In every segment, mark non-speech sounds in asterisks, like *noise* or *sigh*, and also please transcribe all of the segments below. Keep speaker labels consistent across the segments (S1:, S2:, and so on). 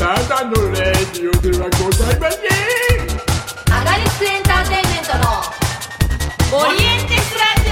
S1: あなたのレディオではございません
S2: アガリスクエンターテインメントのオリエンテスラジ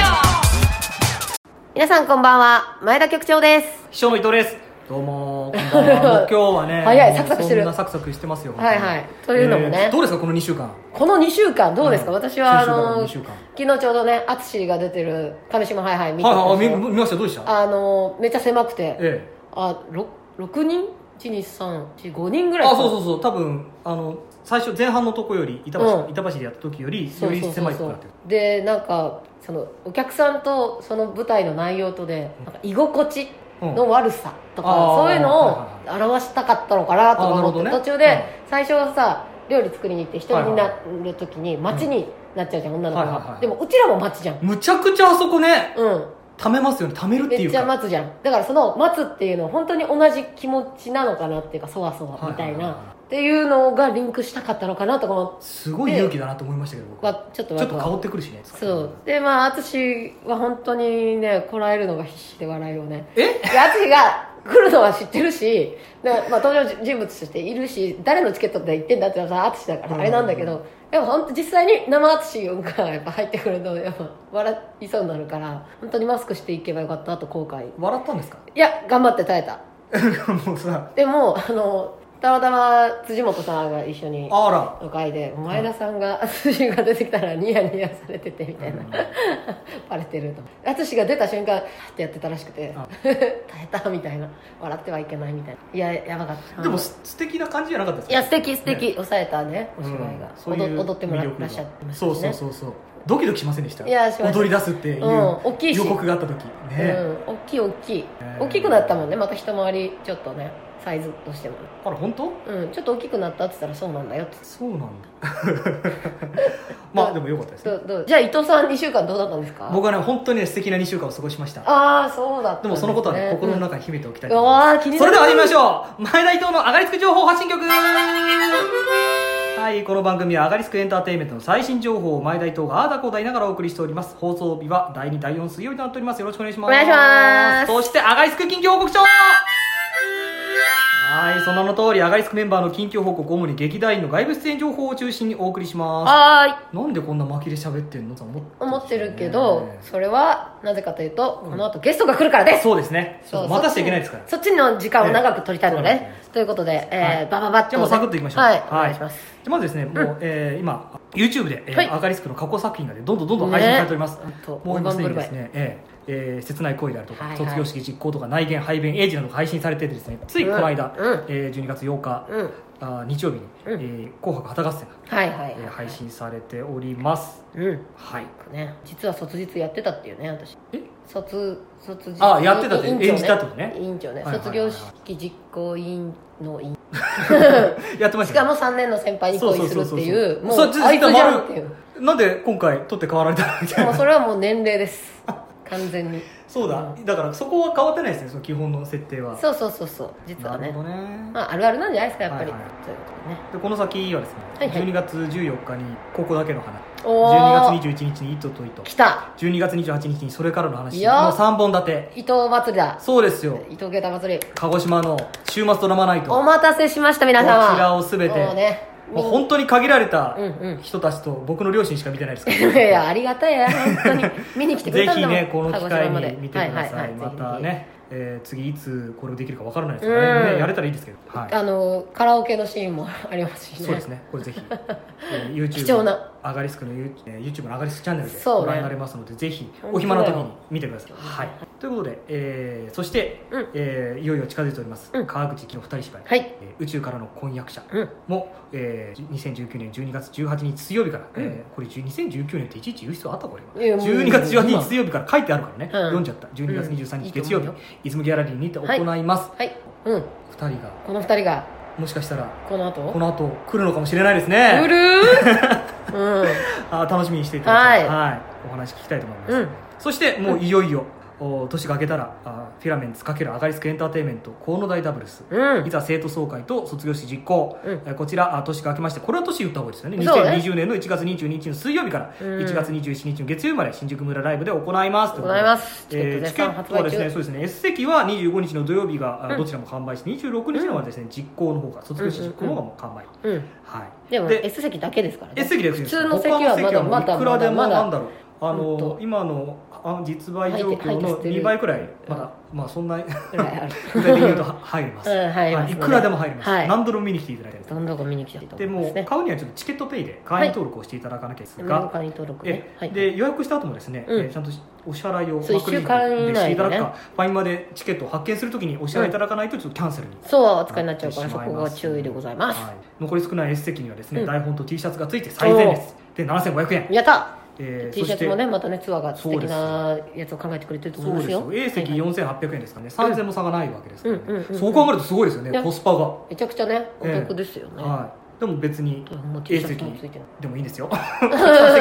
S2: オ皆さんこんばんは前田局長です
S3: 秘書の伊藤ですどうもこんばん
S2: *laughs*
S3: はもう今日はね
S2: 早い
S3: もう
S2: サクサクしてる
S3: そんなサクサクしてますよ
S2: はいはいというのもね
S3: どうですかこの2週間
S2: この2週間どうですか、
S3: うん
S2: 私はあの
S3: 先週からの
S2: 昨日ちょうどね淳が出てる「上島ハイハイ」見て
S3: はい
S2: たん
S3: はい
S2: ですよ
S3: あ見見ましたどうでした
S2: あのめっちゃ狭くて、
S3: ええ
S2: あろ6人12345人ぐらい
S3: あそうそうそう多分あの最初前半のとこより板橋,、
S2: うん
S3: 板橋でやった時より
S2: そ
S3: よ
S2: う
S3: り
S2: そうそうそう
S3: 狭いとこなってる
S2: でなんかそのお客さんとその舞台の内容とでなんか居心地の悪さとか、
S3: うんあー
S2: そういうのを
S3: はい
S2: 表したかったのかなとか思って、
S3: あーなるほどね
S2: 途中で最初はさ料理作りに行って一人になる時に街になっちゃうじゃん、女の子が、
S3: はいはいはい
S2: でもうちらも街じゃん
S3: むちゃくちゃあそこね
S2: うん
S3: 貯めますよね貯めるって
S2: め
S3: い
S2: っ
S3: う
S2: ちゃ
S3: か
S2: 待つじゃんだからその待つっていうのは本当に同じ気持ちなのかなっていうかそわそわみたいな、
S3: はいはいはいはい
S2: っていうのがリンクしたかったのかなとか思って
S3: すごい勇気だなと思いましたけど僕
S2: わちょっと
S3: ちょ
S2: わ
S3: っ
S2: く
S3: と
S2: わく
S3: 香ってくるしね
S2: そうでまあ淳は本当にねこらえるのが必死で笑いをね
S3: え
S2: で淳が来るのは知ってるし、でまあ、登場人物としているし誰のチケットで行ってんだってのはさ淳だからあれなんだけど、でも本当実際に生淳がやっぱ入ってくるとやっぱ笑いそうになるから本当にマスクしていけばよかったと後悔
S3: 笑ったんですか *laughs*
S2: いや頑張って耐えた
S3: もうさ
S2: でもあのたまたま辻元さんが一緒に
S3: あら
S2: の回で前田さん *laughs* が淳が出てきたらニヤニヤされててみたいな、 *laughs* バレてると淳が出た瞬間ってやってたらしくて
S3: あ
S2: *laughs* 耐えたみたいな笑ってはいけないみたいないややばかった
S3: でもす素敵な感じじゃなかったですか
S2: いや素敵素敵、抑えたねお芝居が、
S3: そういう
S2: 踊踊ってもら
S3: 魅力が
S2: らっしゃってました
S3: そ
S2: ね
S3: うそうそうそうドキドキしませんでした
S2: いやしました
S3: 踊り出すっていう、
S2: うん大きいし
S3: 予告があった時ね、
S2: うん、大きい大きい
S3: えー
S2: 大きくなったもんねまた一回りちょっとねサイズとしても
S3: あら本当
S2: うんちょっと大きくなったって言ったらそうなんだよって
S3: そう
S2: *laughs*
S3: なんだまあでもよかったですね
S2: どうどうじゃあ伊藤さん2週間どうだったんですか
S3: 僕はね本当にね素敵な2週間を過ごしました
S2: ああそうだったんすね、
S3: でもそのことはね、心の中に秘めておきたいと
S2: う
S3: 思い
S2: わ
S3: ま
S2: ー気
S3: す
S2: に
S3: そ
S2: な
S3: れ
S2: る
S3: では始めましょう前田伊藤のアガリスク情報発信局はいこの番組はアガリスクエンターテインメントの最新情報を前田伊藤があーだこうだ言いながらお送りしております放送日は第2第4水曜日となっておりますよろしくお願いしま
S2: お
S3: す
S2: 願いします
S3: そしてアガリスク近況報告書はいその名の通りアガリスクメンバーの近況報告主に劇団員の外部出演情報を中心にお送りします
S2: は
S3: なんでこんな巻きで喋ってんのと
S2: ー
S3: 思っ
S2: い思ってるけ
S3: ね
S2: どそれはなぜかというとこの後ゲストが来るからです
S3: そうですね
S2: そう
S3: 待たせちゃいけないですから
S2: そっちの時間を長く取りたいの
S3: ええそ
S2: ね
S3: うなんで
S2: ということで
S3: は
S2: え
S3: い
S2: ーバババッと
S3: じゃあもうサクッといきましょう
S2: はいお願いします
S3: じゃあまずですねもう、えー今 YouTube で、えー
S2: はい
S3: アガリスクの過去作品がねどんどんどんどん配信されております、
S2: ねほんと
S3: もう今すでにですね、えーえー切ない恋であるとか、
S2: はいはい
S3: 卒業式実行とか内見排便エイジなどが配信されててですねついこの間、
S2: うんうん
S3: えー12月8日、
S2: うん
S3: あー日曜日に、
S2: うん
S3: えー紅白旗合戦が、
S2: はいはい
S3: えー配信されております
S2: うん
S3: はい
S2: ね実は卒日やってたっていうね私
S3: え
S2: 卒卒日
S3: あやってたって
S2: 委員長
S3: 演じたってことね
S2: 委員長ね
S3: はいはいはい
S2: 卒業式実行委員の委員
S3: やってまし
S2: したか
S3: ね
S2: も3年の先輩に
S3: そう
S2: 恋
S3: そう
S2: す
S3: そ
S2: る
S3: う
S2: って
S3: そう
S2: いうもう
S3: そちょっと
S2: あいつじゃんっていう
S3: なんで今回取って代わられたのみたい
S2: もう
S3: な
S2: それはもう年齢です完全に
S3: そうだだからそこは変わってないですねその基本の設定は
S2: そうそうそうそう実は
S3: な
S2: ね
S3: るほどね
S2: まあ、あるあるなんじゃないですかやっぱり、
S3: はいはい
S2: そういうことね
S3: でこの先はですね、
S2: はいはい
S3: 12月14日に「ここだけの花」
S2: おお
S3: 12月21日に「イットとイト
S2: 来」た
S3: 12月28日に「それからの話」
S2: い
S3: の
S2: や
S3: 3本立て
S2: 伊藤祭りだ
S3: そうですよ
S2: 伊藤慶太祭り
S3: 鹿児島の「週末ドラマナイト」
S2: お
S3: こ
S2: 待たせしました皆
S3: ち
S2: 様
S3: らを全て、
S2: もうね
S3: まあ、本当に限られた
S2: うんうん
S3: 人たちと僕の両親しか見てないで
S2: *laughs*
S3: すけ
S2: い
S3: ど
S2: やいやありがたいや本当に見に来てく
S3: *laughs* ぜ
S2: れたん
S3: ひ
S2: だもん
S3: ねこの機会
S2: 鹿児島まで
S3: に見てください
S2: は
S3: ま
S2: いはいはい
S3: た
S2: ぜ
S3: ね、えー次いつこれをできるかわからないです
S2: う
S3: から
S2: ん
S3: ねねやれたらいいですけど、は
S2: ひ
S3: い
S2: ぜひあのカラオケのシーンもありますしね
S3: そうですね、これ
S2: *laughs*
S3: ぜひ、えー YouTube
S2: 貴重な
S3: アガリスクの You- えー YouTube のアガリスクチャンネルで
S2: そうね
S3: ご覧になれますので、ぜひ
S2: 本当だよ
S3: お暇な時に見てください。はい、ということで、えーそして、
S2: うん
S3: えーいよいよ近づいております、
S2: うん
S3: 川口紀の二人芝居、
S2: はい
S3: えー宇宙からの婚約者
S2: うん
S3: も、えー、2019年12月18日水曜日から、えーこれ2019年っていちいち言う必要あったこ
S2: い
S3: れ
S2: や
S3: は
S2: もう
S3: 12月18日水曜日から書いてあるからね、
S2: ん
S3: 読んじゃった12月23日月曜日、
S2: うんいいと思
S3: イズムギャラリーにて行います、
S2: はいうん
S3: 二2人が
S2: この二人が
S3: もしかしたら
S2: この後
S3: この後来るのかもしれないですね
S2: うる
S3: *laughs*
S2: ーうん
S3: あー楽しみにしていただきたい、
S2: は
S3: はいお話聞きたいと思います、
S2: うん
S3: そしてもういよいよ、お年が明けたらあフィラメンツ×アガリスクエンターテインメント河野大ダブルス、
S2: うん
S3: いざ生徒総会と卒業式実行、
S2: うん
S3: えーこちらあ年が明けましてこれは年言った方がいいですよね
S2: そうね
S3: 2020年の1月22日の水曜日から
S2: うん
S3: 1月21日の月曜日まで新宿村ライブで行いますとうこ
S2: 行
S3: とで
S2: います
S3: えーチ
S2: チ
S3: ケ
S2: ケ
S3: ッ
S2: ッ
S3: ト
S2: ト
S3: は
S2: は絶賛発売
S3: です
S2: 中
S3: ねそうですね S 席は25日の土曜日が、あ
S2: うん
S3: どちらも完売して26日のはですね、実行の方が卒業式実行の方がもう完売、
S2: うん
S3: はい
S2: でも
S3: で
S2: S 席だけですからね
S3: S 席で
S2: 普通の席はまだまだ
S3: いくらでも
S2: まだ
S3: なんだろうあ
S2: ほん
S3: の
S2: と
S3: 今のあ実売状
S2: 入っ
S3: 況
S2: て入って
S3: の
S2: 捨てる
S3: 2倍くらいまだまあそんな
S2: ぐらい
S3: *laughs*
S2: ある
S3: 具体的に言うとは入ります、
S2: うん入ります
S3: はいいくらでも入ります、
S2: はい
S3: 何度でも見に来ていただけます
S2: どんどこ見に来たいと
S3: で
S2: 思い
S3: も
S2: ます
S3: う
S2: ね
S3: 買うにはちょっとチケットペイで会員登録をしていただかなきゃいけないですが、
S2: 文化に登録ね
S3: え、
S2: はい、
S3: で予約した後もですね、
S2: うん
S3: えーちゃんとお支払いを
S2: そう
S3: マクリ
S2: 一週間以内でね
S3: でしていただくか、ファインまでチケットを発券するときにお支払いいただかないとちょっとキャンセルに
S2: そうは扱いになっちゃうから
S3: な
S2: そ
S3: ってしまい
S2: こ
S3: ま
S2: が
S3: す
S2: 注意でございます、
S3: はい残り少ない S 席にはですね、
S2: うん
S3: 台本と T シャツがついて最前列で7500円、
S2: やった
S3: えー
S2: T シャツもねまたねツアーが素
S3: そうで
S2: 敵
S3: す
S2: なやつを考えてくれてると
S3: そ
S2: 思いうま
S3: ですす
S2: よ
S3: よ A 席
S2: はいはい
S3: 4800円ですからね3000も差がないわけですからね、
S2: うんうんうんうん
S3: そう考えるとすごいですよね
S2: ね
S3: コスパが、
S2: めちゃくちゃねお
S3: ええ
S2: 得ですよね、
S3: はいでも別に
S2: いやもう
S3: A
S2: T シャツ
S3: 席
S2: もついてる
S3: でもいいんですよ
S2: *laughs*
S3: 3席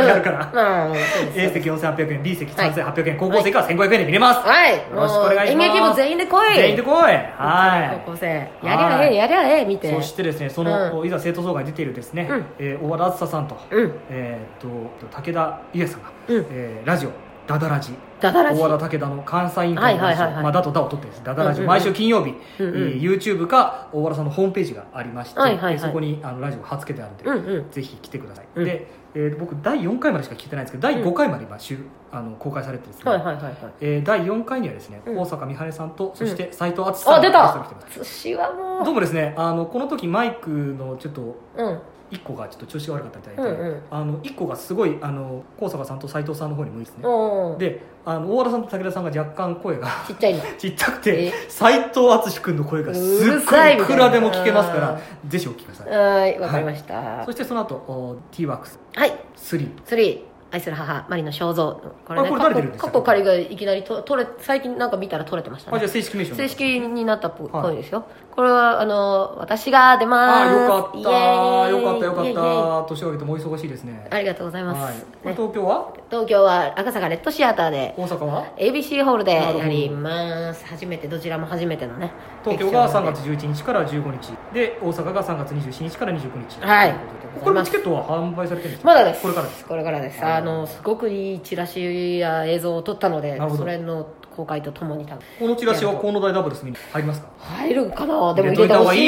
S3: あるから
S2: まあそうです
S3: A 席4800円 B 席3800円、高校生から1500円で見れます、
S2: はい
S3: よろしくお願いし
S2: もう
S3: ます
S2: 演劇部全員で来い
S3: 全員で来いはい
S2: 高校生やりゃええやりゃええ見て
S3: そしてですねその、
S2: う
S3: いざ生徒総会に出ているですね、
S2: うん
S3: えー小原梓さんと,、
S2: うん
S3: えーっと武田家さんが、
S2: うん
S3: えーラジオ「ダダラジ」
S2: ダダラジ
S3: 大和田武田の関西委員会のラジオ、
S2: はいはいはいはい
S3: まあ、だとだを取ってですねダダラジオ、
S2: うんうんうん
S3: 毎週金曜日、
S2: うんうん
S3: えー YouTube か大和田さんのホームページがありまして、
S2: はいはいはい
S3: えーそこにあのラジオ貼っ付けてあるんで、
S2: うんうん
S3: ぜひ来てください、
S2: うん
S3: で、えー僕第4回までしか聞いてないんですけど第5回まで今週、あの公開されてるんですけど
S2: はいはいはいはい
S3: えー第4回にはですね、
S2: うん
S3: 大阪美晴さんとそして斎藤敦さん
S2: あ出
S3: ゲストに
S2: た
S3: 来てます
S2: 寿司はもう
S3: どうもですねあのこの時マイクのちょっと
S2: うん
S3: 1個がちょっと調子が悪かったみたいで、
S2: うんうん
S3: あの1個がすごいあの高坂さんと斎藤さんの方に向いてですね
S2: おー
S3: であの大原さんと武田さんが若干
S2: *laughs*
S3: 声が
S2: ちっちゃいの
S3: ちっちゃくて
S2: え
S3: 斎藤敦君の声がすっ
S2: うる
S3: ご
S2: さ
S3: い
S2: い
S3: い
S2: みた
S3: く
S2: いな
S3: らでも聞けますからぜひお聞きください
S2: はいわかりました
S3: そしてその後お T-WAX3
S2: はい3愛する母マリの肖像これ
S3: あ
S2: ね
S3: これ
S2: 過
S3: 誰出
S2: 去
S3: るんですか
S2: 過去仮がいきなりと取れ最近なんか見たら取れてました
S3: あじゃあ
S2: ね
S3: 正式名称
S2: 正式になったっぽい
S3: はい
S2: ぽいですよ、これはあの私が出ま
S3: あ
S2: す
S3: よかった
S2: イエーイ
S3: よかったよか
S2: イエ
S3: っ
S2: ーイイエー
S3: た年を上げてもお忙しいですね
S2: イありがとうございま
S3: はい
S2: す、、
S3: これ
S2: ね
S3: 東京は
S2: 東京は赤坂レッドシアターで
S3: 大阪は
S2: ABC ホールで
S3: なるほど
S2: やります初めてどちらも初めてのね
S3: 東京が
S2: 劇場
S3: 3
S2: な
S3: 月
S2: ので
S3: 11日から15日で大阪が3月27日から29日
S2: はい
S3: これもチケットは販売されてるんですか
S2: まだです
S3: これからです
S2: これからです
S3: あー
S2: あのすごくいいチラシや映像を撮ったので
S3: なるほど
S2: それの公開とともに多分
S3: このチラシは河野大ダブルスに入りますか
S2: 入るかなでも
S3: 入
S2: 入
S3: れとい
S2: れ
S3: た
S2: た方
S3: 方が
S2: が
S3: い
S2: い
S3: い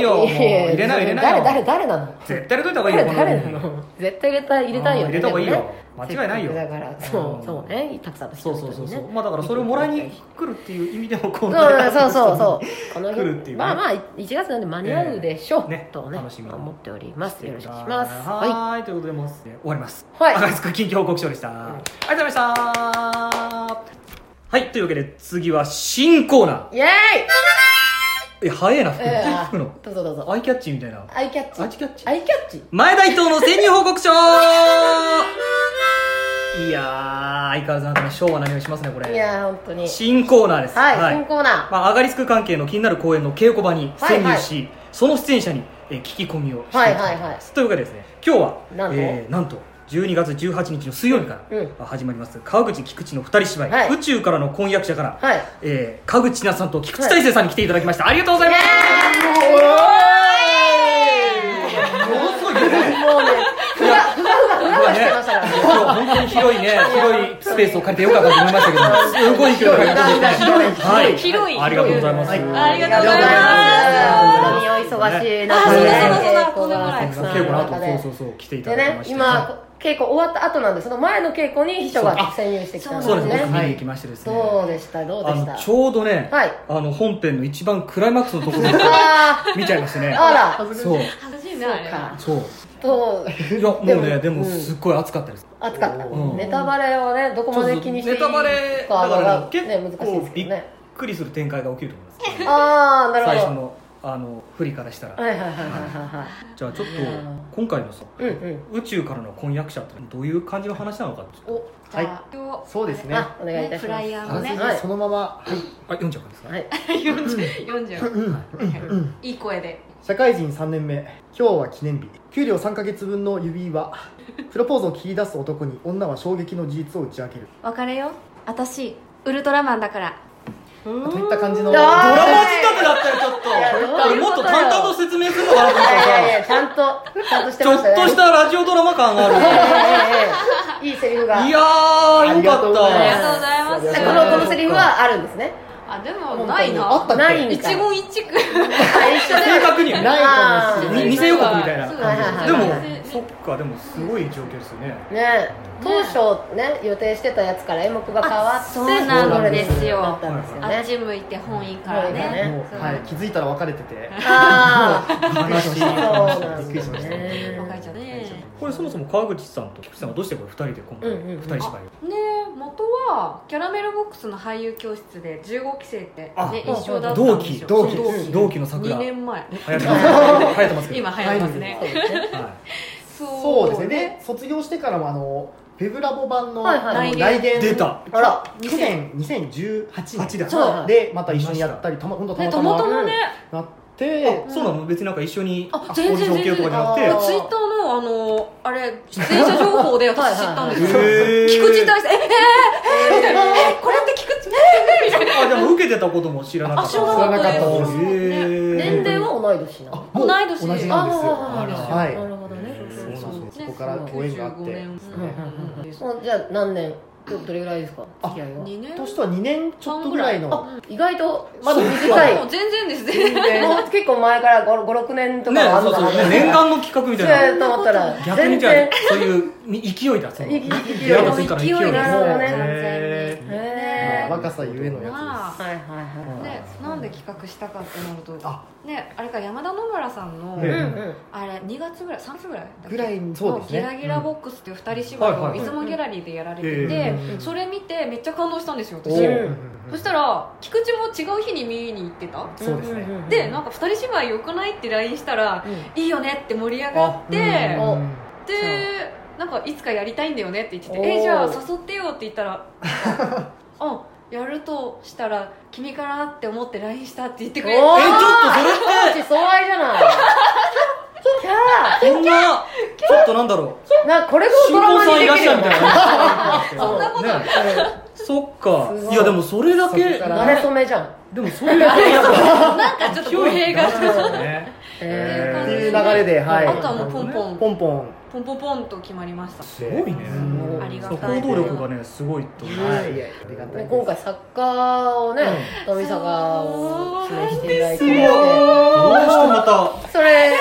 S2: い
S3: よ
S2: よね
S3: 絶対入
S2: やや
S3: れた方がいいよもう入れない入れないよ
S2: 誰誰誰なの
S3: 絶対入れといた方がいいよ
S2: 誰誰なの絶対入れた入れたいよ
S3: うん
S2: ね
S3: 入れた方がいいよ
S2: でもね
S3: 間違いないよ
S2: せっかくだからそううんそうねたくさんの人
S3: そう
S2: 々
S3: そう
S2: に
S3: そうそ
S2: ね
S3: うまあだからそれをもらいに来るっていう意味でも河
S2: そう
S3: 野大ダブルス
S2: そうそ
S3: *laughs*
S2: うそうこの
S3: 来るっていうね
S2: まあまあ1月なんで間に合うでしょ
S3: ええね
S2: うとね
S3: 楽しみに
S2: 思っておりますよろしくお願いしますは
S3: はいということでもう終わります
S2: はい
S3: 赤いスク緊急報告書でした、ありがとうございましたはいというわけで次は新コーナー
S2: いイエーイ
S3: え早いな服
S2: ええ
S3: 服の
S2: *laughs* どうぞどうぞ
S3: アイキャッチみたいな
S2: アイキャッチ
S3: アイキャッチ
S2: アイキャッチ
S3: 前田伊藤の潜入報告書いやー相変わらずあなたのショーは何をしますねこれ
S2: いやー本当に
S3: 新コーナーです
S2: はい新コーナ
S3: まあ、アガリスク関係の気になる公演の稽古場に潜入し、その出演者に、えー聞き込みをしていきたいと思います、
S2: はいはいはい
S3: というわけでですね今日は
S2: なんと
S3: えーなんと12月18日の水曜日か
S2: うん
S3: ら始まります、川口菊池の二人芝居、
S2: はい
S3: 宇宙からの婚約者から、
S2: はい
S3: えー川口奈さんと菊池大成さんに来ていただきました、ありがとうございます
S2: もう
S3: ものすごいね
S2: ねふわふわふわふわふわしてましたからね
S3: 今日本当に広いね広いスペースを借りてよかったと思いましたけどすごい広い感じではい
S4: 広い
S3: ありがとうございます
S2: はい
S4: ありがとうござい
S2: ます。本当にお忙しい中で、
S4: あそうだそうだそうだ
S3: 稽
S4: す
S3: 古の後
S2: で
S3: そうそうそう来ていた
S2: で
S3: だき
S2: ね
S3: ま、した
S2: 今、稽古終わった後なんで、その前の稽古に秘書が潜入してきたん
S4: あ
S2: で
S3: そ
S2: す
S3: うですね、僕見に行
S2: ね。
S3: きましてですね
S2: どうでした、どうで
S3: あ
S2: し
S3: の
S2: た。
S3: ちょうどね、
S2: はい
S3: あの本編の一番クライマックスのところを
S2: あ
S3: *laughs* 見ちゃいましてね
S2: ーあら、
S3: そう
S4: 恥ずかしい
S2: そう
S4: な
S2: か。
S3: そう
S2: と、
S3: いやもうねでも
S2: うん
S3: すっごい暑かったです
S2: 暑かった。
S3: うん
S2: ネタバレをね、どこまで気にしていい
S3: ネタバレだ
S2: か
S3: から
S2: が、
S3: ね
S2: ね、
S3: 結
S2: 難しいで
S3: 構
S2: すけ
S3: び
S2: ど
S3: っ
S2: ね。
S3: くりする展開が起きると思います
S2: ああ、な
S3: 最
S2: る
S3: 初
S2: ほど。
S3: のあの振りからしたら、
S2: はいはいはいはいはいはい。
S3: じゃあちょっと
S2: いやー
S3: 今回のさ、
S2: うんうん。
S3: 宇宙からの婚約者ってどういう感じの話なのかって
S2: お、
S4: じゃあ
S5: そ
S4: *laughs*
S5: うですね。
S2: あ、お願いいたし
S4: フ
S2: ま
S4: ライ
S2: す。
S4: ヤーを
S5: 完全
S4: ね
S5: にそのまま、はい
S3: あ読んじゃうんですか、
S2: はい。
S4: 40 40いい声で
S5: 社会人3年目、今日は記念日。給料3ヶ月分の指輪。プロポーズを切り出す男に女は衝撃の事実を打ち明ける。
S4: 別れよ私ウルトラマンだから
S5: といった感じの
S2: あ
S3: ドラマ
S2: ー
S3: 仕立てだったよちょっと
S2: やどう
S3: 俺
S2: いう
S3: も
S2: こ
S3: っ
S2: と
S3: と
S2: よ
S3: 淡々と説明するのかなと思ったら
S2: いやい
S3: さ
S2: やちゃんとちゃんとして
S3: ちょ
S2: ま
S3: っ
S2: したね
S3: としたラジオドラマ感がある
S2: ええええええいいセリフが
S3: いやーよかっ
S5: あ
S4: あ
S5: り
S4: り
S3: た
S4: がとうございます
S2: だ
S5: あ
S2: か
S5: り
S2: ら
S5: が
S2: この
S5: とう
S2: このセリフはあるんですね
S4: あでもないな
S5: あったっけ
S2: ないん
S4: 一
S2: かい
S4: 言一句
S2: 一緒
S3: 正
S2: だ
S3: 確にはね
S5: ないかもし
S2: あ
S5: れな
S2: ー
S5: い
S3: に偽予告みたいな
S2: はいはいはい
S3: で
S2: はい
S3: もそっかでもすごい状況ですよね
S2: ね当初ね予定してたやつから演目が変わって
S4: そうなんですよ
S2: だったんですよ
S4: *laughs* あ
S2: ね
S4: っち向いて本位から
S2: 本位が
S4: ね
S2: ね
S5: もう
S4: そう
S5: はい気づいたら別れてて
S2: ああ
S5: びっくりしまし
S2: そうな
S5: たび
S2: ん
S5: っくりしま
S2: だ
S5: した
S2: ね
S4: 若いちゃんね
S3: これそもそも川口さんと菊池さんはどうしてこれ2人で今回
S2: うんうんうん
S3: 2人芝居を
S4: ね元はキャラメルボックスの俳優教室で15期生って、ね
S3: あ、
S4: 一緒だったん
S3: 同
S4: です
S3: 期
S4: よ
S3: 同期
S4: そう
S3: 同期の桜
S4: 2
S3: 流行って
S4: 年前
S3: ます流行ってますけど
S4: 今流行ってますね
S2: そうですね
S3: は
S5: そうですねで卒業してからもあのウェブラボ版の
S2: はいはい
S5: あの
S4: 来
S5: 来
S3: い
S5: 年
S3: 出た
S2: あら
S5: 去年2018
S3: 8
S5: 年
S3: だ
S2: そう
S5: でまた一緒にやったりたま本当た
S4: ね
S5: ま
S4: た
S5: た
S4: ま
S5: ま
S4: たまね
S5: なって
S3: そうなの別になんか一緒に
S4: あ全然
S3: こういう情
S4: 全
S3: 景と
S4: 然
S3: かじ
S2: 然
S3: ゃ
S2: あ
S3: なく
S4: ツイッターのあのあれ出演者情報 *laughs* で私知ったんですよ
S3: はいはいはいへー
S4: 菊池大輔えええええええこれって菊池ええみたいな
S3: てあでも受けてたことも知らなかった
S4: あ知らなかったです
S3: へー
S2: 年齢は同い年なの
S5: もう
S4: 同い年
S5: 同じなんですよ
S2: あー
S5: はい
S2: なるほどね
S5: そうなんですよ
S4: ね
S5: そこからご縁があって
S4: 95年
S5: ですね
S4: うんうんうん
S2: もうじゃあ何年どどれぐらいですか付き合いは
S4: 二年
S5: 年とは2年ちょっとぐらいの
S2: あ意外とまだ短い
S4: もう全然です全然
S2: もう結構前から56年とか
S3: ね
S2: はあ
S3: そ
S2: る
S3: う
S2: か
S3: そ
S2: な
S3: うね念願の企画みたい
S2: そうやと思ったら
S3: な逆に
S2: 全
S3: じゃあ
S2: 然
S3: そういうに勢いだその
S2: いいいい
S3: 出会った時から勢い
S4: 勢い
S2: な
S4: が
S2: る
S3: だ
S2: ほどね
S3: へ
S2: へ
S3: ー
S5: まあ
S2: え
S5: 若さゆえのやつです
S4: ま
S2: はいはいは
S4: あねなんで企画したかってなると
S5: あ
S4: ねあれか山田野村さん
S2: い
S4: の
S3: ね
S2: うんうん
S4: あれ2月ぐらい3月ぐらいだっけ
S5: ぐらいにそうです
S4: ギラ
S5: ね
S4: ギラボックスっていう2人芝居
S3: うんはい
S4: を
S3: はい
S4: 出雲ギャラリーでやられて
S3: え
S4: て
S5: え
S4: それ見てめっちゃ感動したんですよ
S5: お
S4: 私
S5: ー
S2: うん
S4: そしたら菊池も違う日に見に行ってた
S5: そうですね
S4: でなんか2人芝居良くないって LINE したら
S2: うん
S4: いいよねって盛り上がって
S2: お
S5: うん
S4: でなんかいつかやりたいんだよねって言って
S2: おー
S4: て「えじゃあ誘ってよ」って言ったら「あやるとしたら君から」って思って LINE したって言ってくれて
S2: おー
S3: えちょっとそれって
S2: 相思相愛じゃないキャ
S3: こんなちょっとなんだろう
S2: ーなこれが
S3: 新
S2: ドラ
S3: 婚
S2: マ
S3: さ
S2: に
S3: んい
S2: で
S3: らっ
S2: きる
S3: しゃ
S2: よ
S3: るみたいな
S4: そんなことない
S3: そっか
S2: すごい
S3: いやでもそれだ
S5: そ
S3: け
S5: っから
S2: 慣れ初めじゃん
S3: でもそういうや
S4: なんかちょっと語弊が
S3: っ
S4: す
S3: て
S4: る
S3: よね
S2: え
S5: っていう流れではい
S4: あとはもうポンポン
S5: ポンポン
S4: ポンポンポンと決まりました
S3: すごいね
S5: うん
S4: ありが
S3: そ
S4: た
S3: う
S4: い
S3: 行動力がねすごいと思う
S5: はいいやありがたい
S2: ー
S5: です
S2: 今回作家をね富坂を指名していただいてまして
S3: どうしてまた
S2: それあね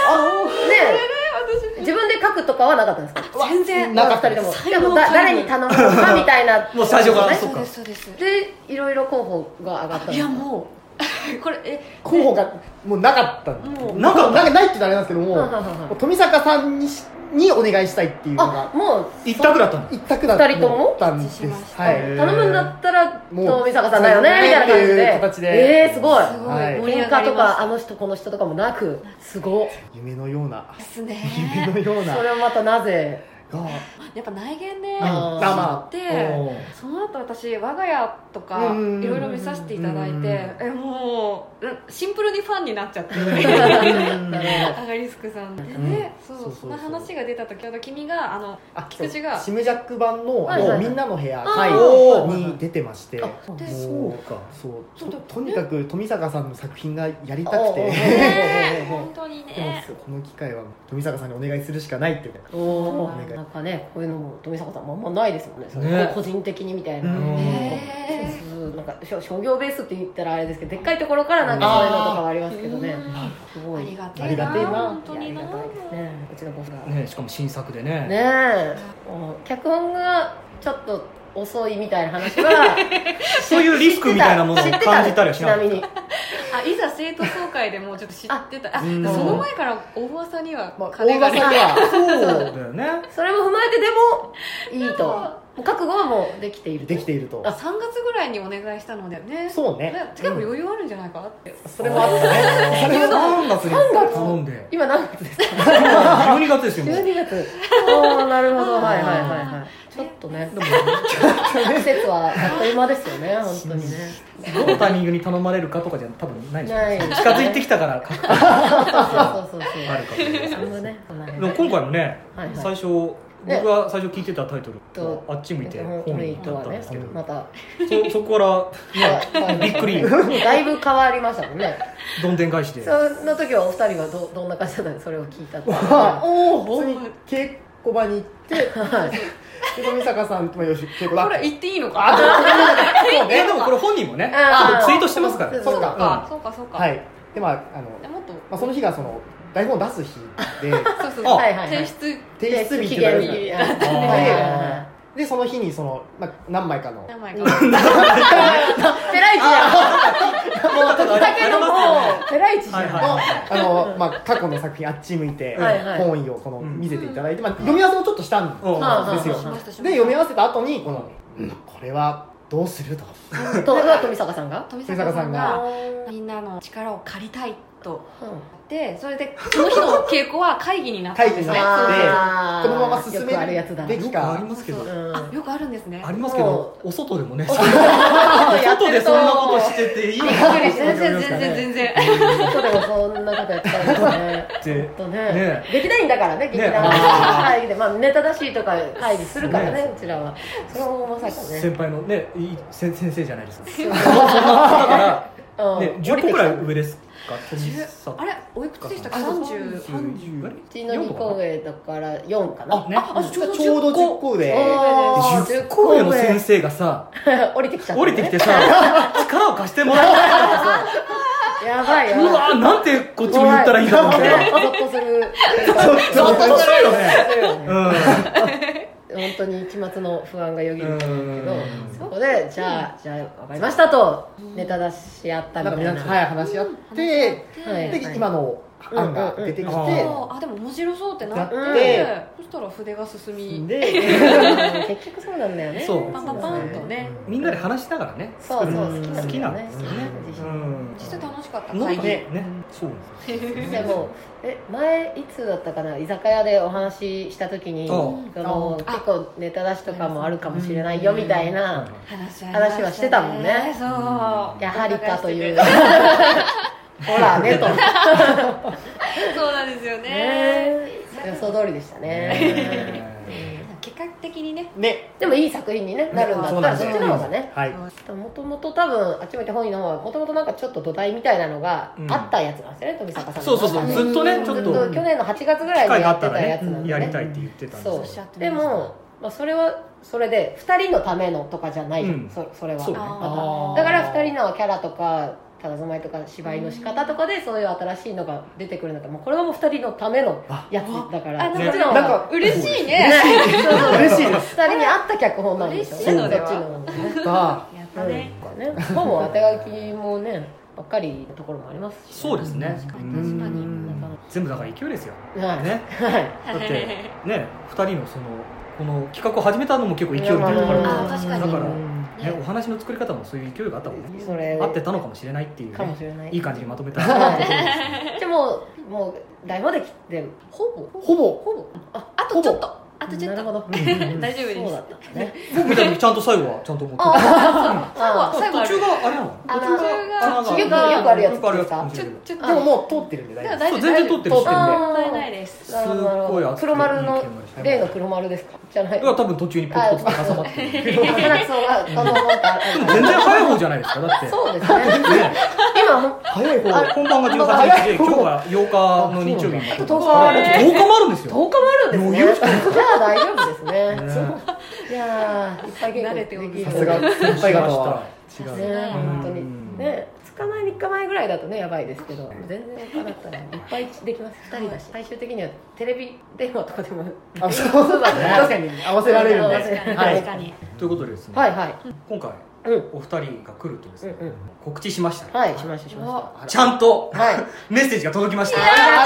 S4: 私
S2: 自分で書くとかはなかったんですか
S4: 全然
S5: なかった
S2: 二人とも
S4: 才能
S2: でもだ
S4: 開
S2: 誰
S4: 花
S2: に頼むのかみたいな
S3: もう最初から
S2: そ
S3: そうっ
S4: そう
S3: か
S4: ですそうです
S2: でいろいろ候補が上がったん
S4: い
S2: です
S4: や
S2: か
S4: もうこれえ
S5: 候補がもうなかったんで
S4: もう
S5: なかなないってなれなんですけども
S2: はいはいはいはい
S5: もう富坂さんにしにお願いしたいっていうの
S2: あ
S5: が
S2: もう
S3: 一択だったの
S5: 一択だった
S2: 二人とも
S5: 思ったんで
S4: 一致し
S5: す
S4: ました
S5: はい
S3: へー
S2: 頼むんだったら
S5: もう
S2: 遠見坂さんだよねみたいな感じで
S5: そうですねっていう形で
S2: えー、すごい
S4: すごい
S5: はい
S4: 盛
S2: 喧
S4: り上が
S2: 嘩と
S4: りまし
S2: か
S4: た
S2: あの人この人とかもなくすごい
S5: 夢のような
S4: です
S5: 夢 *laughs*
S4: ね
S5: のような
S2: それはまたなぜ
S5: が
S4: やっぱ内見で
S5: ま
S2: あー
S5: あまあ
S4: で
S5: うん
S4: その後私我が家とか
S5: うん
S4: いろいろ見させていただい
S5: うん
S4: てえもううんシンプルにファンになっちゃって
S5: *laughs*
S2: *laughs*
S4: アガリスクさんでね
S5: ん
S4: そ
S5: そ
S4: う
S5: うそう
S4: そ
S5: そう
S4: の話が出た時ちょうど君があの
S5: あ
S4: 菊池が
S5: シムジャック版の
S2: はいはいはい
S5: もうみんなの部屋
S4: あ
S5: はいに出てまして
S2: あ
S4: で
S5: も
S3: そうか
S5: そう
S4: そう
S5: と
S4: だ
S5: とにかく富坂さんの作品がやりた
S2: おうお
S5: く
S2: うおう
S5: て
S4: ね
S5: *laughs*
S4: 本当にね
S5: この機会は富坂さんにお願いするしかないっていう
S2: おおーなんかねこういうのも富坂さんもあんまないですもんねその
S3: ね
S2: 個人的にみたいな、
S5: うん
S4: へー
S2: そうなんか商商業ベースって言ったらあれですけどでっかいところからなんかそういうのとかはありますけどねすご
S4: あ
S2: い
S4: りがて
S5: あ
S4: え
S5: り
S4: な
S5: がてえな
S4: 本当にな
S2: ありがたいですねうちのボスがね
S3: ねしかも新作でね
S2: えもう脚本がちょっと遅いみたいな話は
S3: *laughs* そういうリスクみたいなものを
S2: 知って
S3: 感じたりはし
S2: ち
S3: なか
S2: な
S3: った
S2: みに
S4: あいざ生徒総会でもうちょっと知って
S5: *laughs*
S4: たあそ
S5: うん
S4: の前から大噂には
S5: まあ大
S4: 金が
S5: 噂
S4: ね
S5: には
S3: そうだよね
S2: それも踏まえてでもいいともう覚悟はもうできていると
S5: できていると
S2: あ
S4: 3月ぐらいにお願いしたのでね
S5: そうね *laughs*
S4: ね結構余裕あるんじゃないかって
S5: それもあったね
S3: それを3月に頼んで
S2: 今何月ですか
S3: 12月ですよもう
S2: 12月ああなるほどはいはいはいはいちょっとねでも季節はあっという間ですよ
S3: *laughs*
S2: ね本当にね
S3: どのタイミングに頼まれるかとかじゃ多分ないでしょ
S2: ない
S3: 近づいてきたから確
S2: そうそうそうそうそう
S3: あるかもしれない
S2: そんなねそんなね
S3: でも今回もね、
S2: はいはい
S3: 最初
S2: ね
S3: 僕が最初聞いてたタイトル
S2: と
S3: あっち向いて
S2: 本
S3: 本
S2: 類
S3: に
S2: と
S3: だっ
S2: は
S3: たんで
S2: ね
S3: すけど、
S2: また
S3: そそこから *laughs* びっくり
S2: だいぶ変わりましたもんね
S3: *laughs* どんでん返しで
S2: その時はお二人はどどんな感じだったんですそれを聞いたって
S5: は
S4: おお
S5: 普通に稽古場に行ってで富坂さんともよし稽古場
S4: これ言っていいのか
S5: あそう
S3: えで
S5: ね
S3: もこれ本人もね
S2: あー
S3: ツイートしてますから
S5: そう
S2: か
S5: か
S4: あそうかそうか、
S5: はいでまああの、
S4: でもっと
S5: まあ、その日がその台本を出す日で
S4: そうそう
S3: あ
S2: はいはいはい
S4: 提出
S5: 提出日
S2: 期
S5: って
S2: 限に
S5: いうのがあるんですよ
S2: あー
S3: あー
S2: はいは
S5: でその日にその、まあ、何枚かの
S4: 名前が *laughs*
S2: いペライチじゃんだけどもうペライチじゃ
S3: はい
S2: ん
S3: は
S5: あの、まあ、過去の作品あっち向いて、
S2: はいはい
S5: 本意をこの見せていただいて、まあ、読み合わせもちょっとしたんで
S3: うん
S2: はい
S5: すよ、
S2: はい
S4: はい
S5: で読み合わせた後にこの、うんこれはどうすると
S2: とは富坂さんが
S4: 富坂さん
S5: あ
S4: がみんなの力を借りたいとでそれでその日の稽古は会議になったんですね
S5: 会議になっ
S4: そ
S2: あー
S4: うそう
S5: このまま進
S2: よ
S5: め
S2: くあるやつだ
S5: るべき
S3: いよくあ
S5: か
S3: りますけど
S2: うん
S4: あよくあるんですね
S3: ありますけどお外でもねお
S2: やって
S3: 外で
S2: ると
S3: そんなことしてていいの
S4: びっくりした全然全然全然
S2: 外でもそんなことやってたんですね
S3: って
S2: と
S3: ね
S2: ね劇団員だからね劇団
S3: ねあー
S2: 会議で、まあ、ネタ出しとか会議するからね
S3: ね
S2: うちらはそれもまさかね
S3: 先輩のねいい先先生じゃないですか
S2: そう
S3: だから
S2: うん
S3: ね10個くらい上ですか富
S4: 10
S3: 里
S4: *laughs* あれおいくつでしたか
S5: あ
S4: 30
S5: 30
S2: うちの2個上だから4かな
S3: あね
S4: あちょうど
S5: ちょうど10
S4: 10
S5: 個で
S2: おー
S3: 10個上の先生がさ
S2: 降りてきちゃった、
S3: 降りてきてさ力を貸してもらえないからさ
S2: やばいう *laughs* よ
S3: わなんてこっちも言ったらいいんだろうみたいな
S2: ゾッとする
S3: ゾッとするよね
S2: そう
S3: う
S2: よね
S3: ん
S2: 本当に期末の不安がよぎるんだけど
S3: うん
S2: そこでじゃあじゃあ分かりましたとネタ出し合った
S5: なん
S2: み
S5: か
S2: たいな
S5: 皆さん、はい、話し合って、
S2: はい
S5: で今の案が出てきて、
S3: うんうんうんうん
S4: あでも面白そうってなって
S5: なって
S4: そしたら筆が進み
S5: で
S2: *laughs* うん結局そうなんだよね
S3: そう
S4: パンパンパンとね
S3: みんなで話しながらね
S2: そうそう好きなんだよね
S3: 好きなんですよね
S2: 好き
S3: うん
S4: 実際楽しかった
S3: なん
S4: 会
S3: か
S4: 議
S3: ねねそうなんですよ
S2: でもえ前いつだったかな居酒屋でお話しした時に
S3: うん
S2: その
S4: あ
S2: 結構ネタ出しとかもあるかもしれないよみたいな
S4: 話し合い
S2: 話はしてたもんね
S4: そう
S2: やはりかという
S4: そう
S2: *laughs* ほらねと
S4: なんですよね
S2: ね予想通りでしたね
S4: 結果的にね
S5: ね
S2: でもいい作品に、ね、なるんだったら
S5: そ
S2: そうっ
S5: な
S2: ち
S5: んだよ
S2: の方がね
S5: はい
S2: もともと多分あっち向いて本位の方はもともとなんかちょっと土台みたいなのが
S3: うん
S2: あったやつなんですよね、富坂さんの
S3: そ
S2: *laughs*
S3: うそうそうずっとねちょっ
S2: ずっと
S3: と
S2: 去年の8月ぐらい
S3: 機
S2: に
S3: 会が
S2: や
S3: あ
S2: っ
S3: ってた
S2: た
S3: ら
S2: やつなん
S3: ね
S2: で、ね
S3: やりたいって言ってたんです
S2: そ
S3: よ
S4: おっしゃって
S2: うで
S4: ました
S2: も、まあ、それはそれで2人のためのとかじゃない、
S3: うん
S2: そそれは
S3: そうね
S5: あー
S2: だから2人のキャラとかただ住まいとか芝居の仕方とかでそういう新しいのが出てくるんだったらもうこれはもう2人のためのやつだから
S4: あ
S2: こ
S4: な
S2: っ
S4: ん
S2: ち
S4: か
S2: の方
S5: なん
S2: が
S5: か
S4: 嬉しいね
S2: そうそう
S5: 嬉しいです
S2: 2人に合った脚本なんですよ
S4: 嬉しいの
S2: そ
S4: で
S2: っ
S4: は
S2: ちの方がね
S5: あ
S4: やったね
S2: ね、ほぼ当て書きもね、ばっかりのところもありますし、
S3: そうですね
S4: 確かに確かに
S3: うん全部だから勢いですよ
S2: はい、
S3: ね
S2: はい、
S3: だってね2人のそのこの企画を始めたのも結構勢いのところ
S2: うん
S4: あ確かに
S3: だから
S4: ね
S3: ねお話の作り方もそういう勢いがあったもんね
S2: それ
S3: 合ってたのかもしれないっていうね
S2: かもしれない。
S3: いい感じにまとめた
S2: はいでも、もう台本できて、ほぼ、
S5: ほぼ
S2: ほぼ、あ、
S4: あとちょっとあとちょっ
S2: なるほ
S4: と
S2: ど。
S4: 大丈夫
S2: そう
S4: で
S2: だ
S4: す
S2: ったんだね。
S3: 僕みたいにちゃんと最後はちゃんと持って
S2: *laughs* あ
S4: 最後は
S3: 途中があれなの
S2: あの
S3: 途中が
S2: あよくよくあるやつ
S3: よくあるや
S2: で
S3: つ
S2: すか
S3: 途
S4: ちょ
S3: 中
S4: ちょっと
S5: でももう通ってるんで
S4: で
S5: 大
S3: そ
S4: も大丈
S5: 丈夫
S4: 夫
S3: う全然撮ってる
S5: 通ってるんで
S4: もったいないです
S2: なるほど
S3: すっごい熱くて
S2: 黒丸の
S3: いい煙して、
S2: 例の黒丸ですか。じゃない。
S3: いや多分途中にポツポツと挟まってる
S2: 重なく *laughs* そうが、あの、なんか、
S3: 全然早い方じゃないですかだって
S2: そうです *laughs* ね。今、ほん
S5: 早い方
S3: 本番が18日で今日が8日の日曜日
S2: あと10日もある
S3: 10日もあるんです
S2: 10
S3: よ
S2: 日もあるん
S3: 余裕
S2: ですね。じゃあ大丈夫ですね。
S3: ね
S2: いやーいっぱい
S4: 慣れております
S5: さすが先輩方は違う
S2: ね
S4: うん
S2: 本当
S3: うん
S2: にね2日前3日前ぐらいだとねやばいですけど全然他だったらいっぱいできます2人だし最終的にはテレビ電話とかでも
S5: あそう
S2: そうだね
S5: 確かに合わせられるんで
S2: 合わせられる
S5: はい
S4: 確かに
S3: ということでですね
S2: はいはい
S3: 今回
S2: うん
S3: お二人が来るとですね
S2: うんうん
S3: 告知しました
S2: はいしましたしまし
S3: ちゃんと
S2: たはい
S3: *laughs* メッセージが届きました
S2: りがたい
S3: よかっ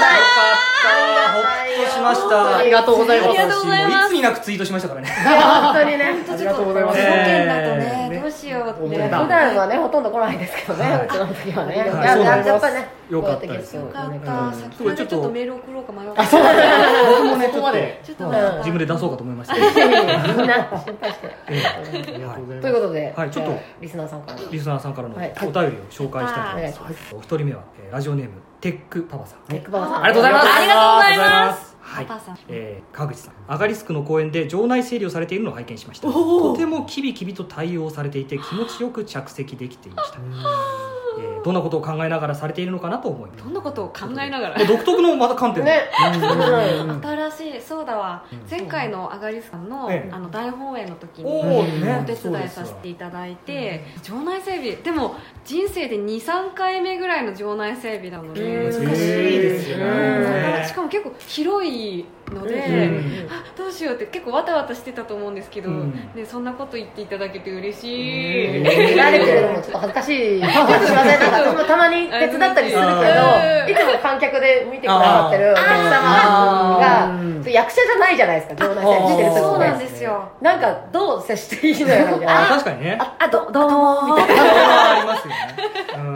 S3: たほっとしました
S5: ありがとうございます
S4: ありがとうございます
S3: 私もいつになくツイートしましたからね
S2: 本当にね
S5: ありがとうございます
S4: 条件だとね、
S5: ね
S4: どうしようっ
S5: 思
S4: て、
S5: って
S2: 普
S5: た
S2: 段はねほとんど来ないですけどねうちの時はねいや
S3: はいそうなんです
S2: やっぱりね
S3: よかったです
S2: こう
S4: よ
S2: や
S4: か
S2: って
S4: っ
S2: ゲストをね
S4: た、先ほどちょっとメール送ろうか迷った
S5: 僕もね
S3: ちょっと
S5: ここまで
S4: ちょっと迷った
S2: うん
S3: 自分で出そうかと思いました
S2: いやいやみんな心配して
S3: え
S5: ありがとうござい
S2: と
S5: ま
S2: い
S5: す
S2: うことで
S3: はいちょっと
S2: じゃあリスナーさんから
S3: リスナーさんからのお
S2: はい
S3: 便りを紹介したいと思います。お一人目は、えーラジオネームテックパパさん。
S2: テックバーさん
S3: ありがとうございます。。
S4: ありがとうございます
S3: はい
S4: パパさん
S3: えー川口さんアガリスクの公園で場内整理をされているのを拝見しましたとてもキビキビと対応されていて気持ちよく着席できていました、えーどんなことを考えながらされているのかなと思います
S4: どんなことを考えながら
S3: 独特のまた観点で、
S2: ね
S5: うんうん
S4: 新しいそうだわ、
S5: うん
S4: 前回のアガリスさんの,、
S3: ええ
S4: あの大本営の時に
S3: おお
S4: お
S3: ね
S4: 手伝いさせていただいて、場内整備でも人生で23回目ぐらいの場内整備なので
S2: うん
S4: 難しいですよね、
S3: へー
S4: しかも結構広いので、
S3: うん
S4: あどうしようって結構わたわたしてたと思うんですけど、
S3: うん
S4: ね、そんなこと言っていただけて嬉し
S3: う
S4: い、
S3: ん
S2: 見られてるのもちょっと恥ずかしい。なんか私もたまに手伝ったりする
S4: あ
S2: けど、いつも観客で見てくださってるお客
S3: あ
S2: 様
S3: ー
S2: が、役者じゃないじゃないですか、場内選手してる時
S4: そうなん
S2: って。
S4: ですよ
S2: なんか、どう接していいのやろみたい
S3: あ
S2: な。
S3: 確かにね
S2: あ、あど、どうも、みたいな。
S3: それはありますよね、うん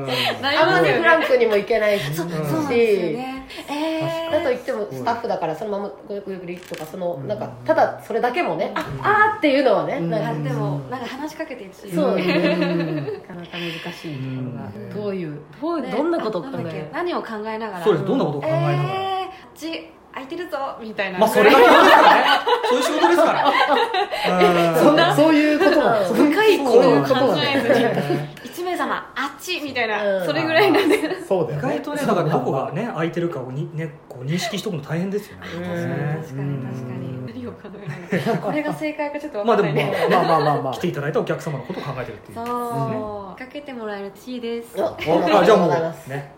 S2: あんまりフ
S4: ね
S2: ランクにもいけないし。
S4: そう
S3: うん
S4: そうなんですよねえ
S2: だと
S4: ー
S2: 言ってもスタッフだからそのままごゆっくりとかそのなんかただそれだけもねああーっていうのはねな
S4: あ
S2: んか
S4: でもなんか話しかけていいし
S2: そう
S4: ね
S2: なかなか難しいところが
S5: うん
S2: どういうどう
S4: ね
S2: どんなことを考
S4: なんだっ
S2: え
S4: け何を考えながら
S3: そうですどんなことを考えながら、
S4: えー、うち空いてるぞみたいな、
S3: まあそれが仕事ですからねそういう仕事です
S4: *laughs*
S3: からうん
S5: そんなそういうことなんです
S4: 深いことを考えず
S3: そ
S4: に
S3: うですね
S4: 一名様あっちみたいな、
S2: うん
S4: それぐらいなんで
S5: そうだ
S3: 意外
S5: よね
S3: とねだからどこがね空いてるかをにねこう認識しておくの大変ですよね
S2: ん
S4: 確かに確かに何を考えながらこれが正解かちょっと分
S3: ま
S4: か
S3: あ
S4: ん
S3: で
S4: な
S3: も
S4: い
S3: ま
S4: ね、
S3: あ
S5: まあまあまあまあ
S3: 来ていただいたお客様のことを考えてるっていう
S4: そうかけてもらえるしいです
S2: おありがと
S3: あじゃあ
S2: うご
S3: も
S2: ざいます
S3: うね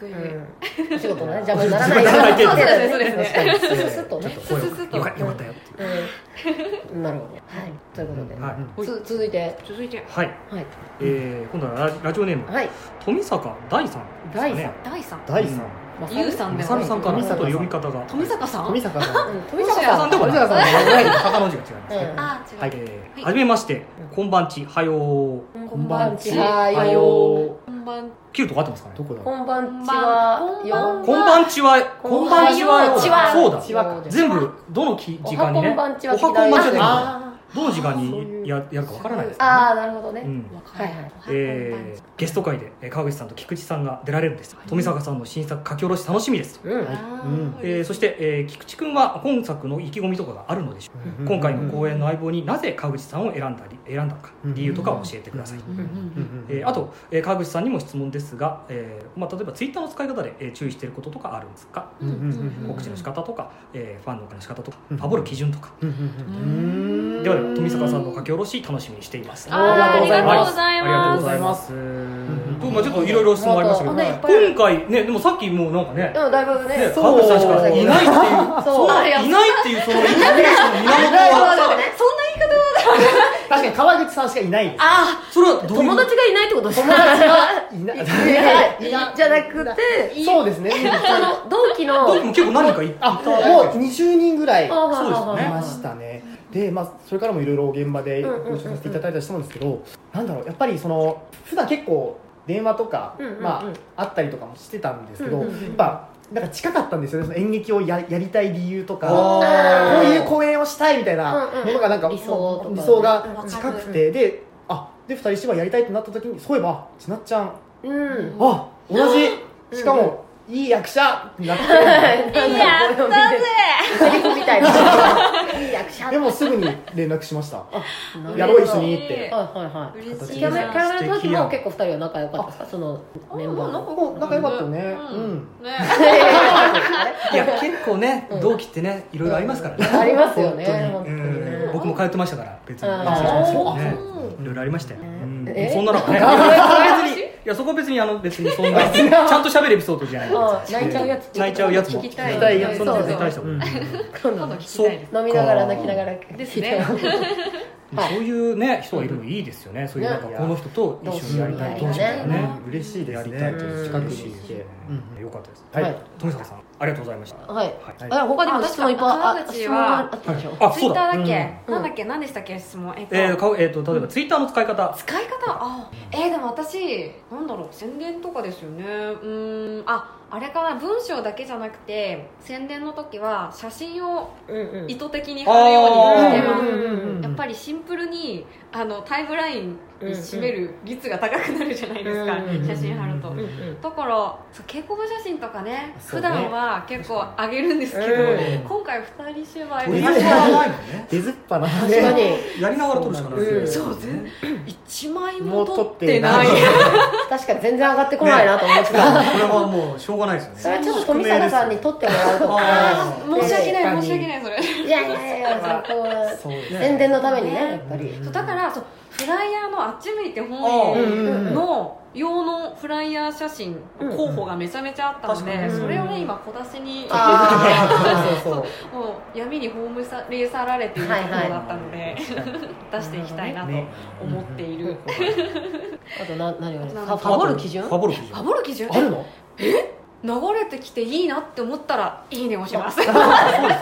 S4: ぐいぐい
S2: うんお仕事のね邪魔にならないように
S4: そうですねそうですね
S2: そうですねスッとね
S3: ちょっと声を
S4: スススと
S3: よかよかったよっていう
S2: うんなるほどねはいということで
S3: はい
S2: つ続いて
S4: 続いて
S3: はい
S2: はい
S3: えー今度はラジラジオネーム
S2: はい
S3: 富坂大さんですか
S2: 大
S3: ね
S2: さ
S4: 第3
S5: 第三
S2: ま
S4: ゆうさん
S3: 富
S4: で
S3: 坂さんから
S5: 富
S3: ちょっ
S5: 坂
S3: と
S5: さん
S3: 読み方が
S4: 富坂さん
S5: 富坂さん
S2: うん富坂さん
S3: 富坂
S5: 富坂さん
S3: さんでもない坂の字が違います
S2: う
S3: ね
S2: ん
S4: あ違う、
S3: はいえー
S4: はい
S3: はじめましてこんばんちはよう
S5: こんばん
S2: ち
S5: ち
S2: は
S3: は
S2: よ
S3: よ
S4: 本番
S3: キューとか合ってますかね
S5: どこだ
S2: こんばんちはよ
S3: こんばんちは
S2: こ
S3: こ
S2: ん
S3: ん
S2: ば
S3: ば
S2: ん
S3: ん
S2: ち
S3: ち
S2: は
S3: は
S2: よ
S3: よそうだ
S2: ちは
S3: 全部どのき時間にね
S2: おはこんばんちは
S3: おはこんばんちは
S4: あ
S3: どの時間にややるかわからないですね
S2: ああなるほどね
S3: うん
S4: 分かる、
S2: はいはい
S3: えーゲスト会でえー川口さんと菊池さんが出られるんです富坂さんの新作書き下ろし楽しみです、
S2: うん
S5: はい
S4: あー
S5: うん
S3: えーそして、えー菊池君は今作の意気込みとかがあるのでしょうか今回の公演の相棒になぜ川口さんを選んだり選んだのか
S5: うん
S3: 理由とかを教えてください、
S5: うん
S4: うんうんうん
S3: えーあと、えー川口さんにも質問ですが、えーまあ、例えばツイッターの使い方で、えー注意していることとかあるんですか
S4: うんうんうん
S3: 告知の仕方とか、えーファンの方の仕方とか
S5: うん
S3: ファボる基準とか、
S5: うん
S3: ではでは富坂さんの書き下ろし楽しみにしています
S4: あーありがとうござい
S3: ありがとう
S4: ま
S3: ご
S4: す
S3: ざいます。
S5: ん
S3: とまあちょっといろいろ質問ありましたけ
S2: あ
S3: ど、
S2: ね
S4: いっぱいある
S3: 今回ねでもさっきもうなんかね、
S2: でもだいぶね
S3: ね川口さんしかいないって
S2: そう
S3: いう、そういないっていうそのインフォメーションの源は、
S2: ね
S5: 確かに川口さんしかいないです
S4: あ
S3: それはどういう
S2: 友達がいないってことですか
S5: 友達がいない
S2: いや *laughs* じゃなくて
S5: そうですね
S2: あの同期の
S3: 同期も結構何人かい
S5: あもう20人ぐらいい
S3: そうですね
S5: ましたねでまあそれからもいろいろ現場でご一緒させていただいたりしたんですけどなんだろうやっぱりその普段結構電話とか
S2: うんうんうん
S5: まああったりとかもしてたんですけ
S2: う
S5: ど
S2: ん
S5: や
S2: うんうん
S5: っぱなんか近かったんですよねその演劇をややりたい理由とかこ
S3: あ
S5: う
S3: ー
S5: いう公演をしたいみたいな
S2: うんうん
S5: ものがなんか
S2: 理想とかね
S5: 理想が
S4: うん
S5: 近くてであで2人芝居やりたいってなった時にそういえばちなっちゃん
S2: うん
S5: あ同じしかもいい役者に
S2: *laughs*
S5: なって。
S4: あやったぜ
S2: セリフみたいないい役者
S5: でもすぐに連絡しました。あ
S2: なるほど
S5: やろう一緒にって。
S2: はいはいはい
S4: 嬉し
S2: キ
S4: い
S2: ャ
S4: な
S2: メキャメラの時も結構二人は仲良かったですかそのメンバーの
S5: もう仲良かったよね。うん。
S4: ね
S3: いや結構ね
S2: うん
S3: 同期ってねいろいろありますからね、
S2: ありますよね
S3: う
S2: 本当にね
S3: ん、僕も通ってましたから別に、
S2: あー
S5: あそう
S3: ね
S4: う
S3: いろいろありましたよ、うん
S2: え
S3: そんな中ねそこは別にいやそこは別にあの別にそんなちゃんと喋るエピソードじゃない
S2: あ泣いちゃうやつ
S3: 泣いちゃうやつも
S4: 聞きたい
S5: 聞きたいやつ
S3: そんな別に大したことない
S2: 今
S4: 今度
S2: 度
S4: 聞きたいです
S2: 飲みながら泣きながら
S4: ですね
S3: まあそういうね人がいるのいいですよねそういうなんか
S5: ね
S3: この人と一緒にやりたい
S2: 同
S3: 同
S2: 士
S3: 士
S2: に
S3: で
S2: やりたい
S3: ね
S5: うん嬉しいで
S3: や
S5: す
S3: り
S5: ね。
S3: たいと
S2: うん
S3: いう
S5: 近くにいて。
S3: うんよかったです
S5: はい。
S2: はい
S3: 富坂さんありがとうございました
S2: はい
S3: はい
S2: あ他にも質問いっぱいあ
S4: あ確か
S2: 質問があったでしょ
S3: あ
S4: ツイ
S3: そう
S4: ッタ
S3: だ
S4: ーだっけ、
S2: うん
S4: なんだっけ何でしたっけ質問えっと、
S3: えーかえーと例えばツイッターの使い方
S4: 使い方あえー、でも私なんだろう宣伝とかですよねうーんああれかな文章だけじゃなくて宣伝の時は写真を
S2: うんうん
S4: 意図的に貼るようにしてます
S2: うんうんうんうん
S4: やっぱりシンプルにあのタイムライン
S2: うんうん
S4: 占める率が高くなるじゃないですか、
S2: うんうん
S5: うん
S4: 写真貼ると、
S2: うんうん
S4: だからそう稽古場写真とかね
S5: そう
S4: 普
S5: ね
S4: 段は結構あげるんですけど、
S2: うん
S4: 今回二人芝居
S5: うん
S4: で
S5: うん
S4: 最初
S5: うん
S4: は
S5: ない
S6: もんね
S5: 出ずっぱな
S2: 確かに
S6: やりながら撮るしかないですよ
S4: そう
S6: ね
S4: 全
S6: ね
S4: 一枚
S5: も
S4: も
S5: う撮
S4: 撮
S5: っ
S4: って
S5: て
S4: な
S5: ないい
S2: 確かに全然上がってこないなと思って
S6: これ
S2: た、
S6: はもうしょうがないです
S2: そ
S6: よ
S2: れ
S6: ね
S2: はちょっと富坂さんに撮ってもらうとか
S6: あ
S4: 申し訳
S5: 確か
S4: ない
S5: に
S4: 申し訳ないそれ
S2: いやいやいやそこは
S5: そうです
S2: 宣伝のためにね
S4: ね
S2: やっぱり
S4: そうだからそうフライヤーのあっち向いて
S6: あ
S4: 本
S6: ー
S5: うんうんう
S4: 営
S5: ん
S4: の用のフライヤー写真候補がめちゃめちゃあったの
S6: うん
S4: で、
S6: 確
S5: かに
S4: それをね今小出しに
S2: あ
S5: そうそうそう
S4: もう闇に葬り去られているところだったので、 *laughs* 出していきたいなと
S5: ね
S4: 思っている、
S2: ーあとな何がある
S4: な
S2: フ
S4: んか
S2: ァファボる基準
S6: ファボる基準
S4: ハモる基準
S5: あるの
S4: 流れてきていいなって思ったら「いいね」をします
S6: そうですよね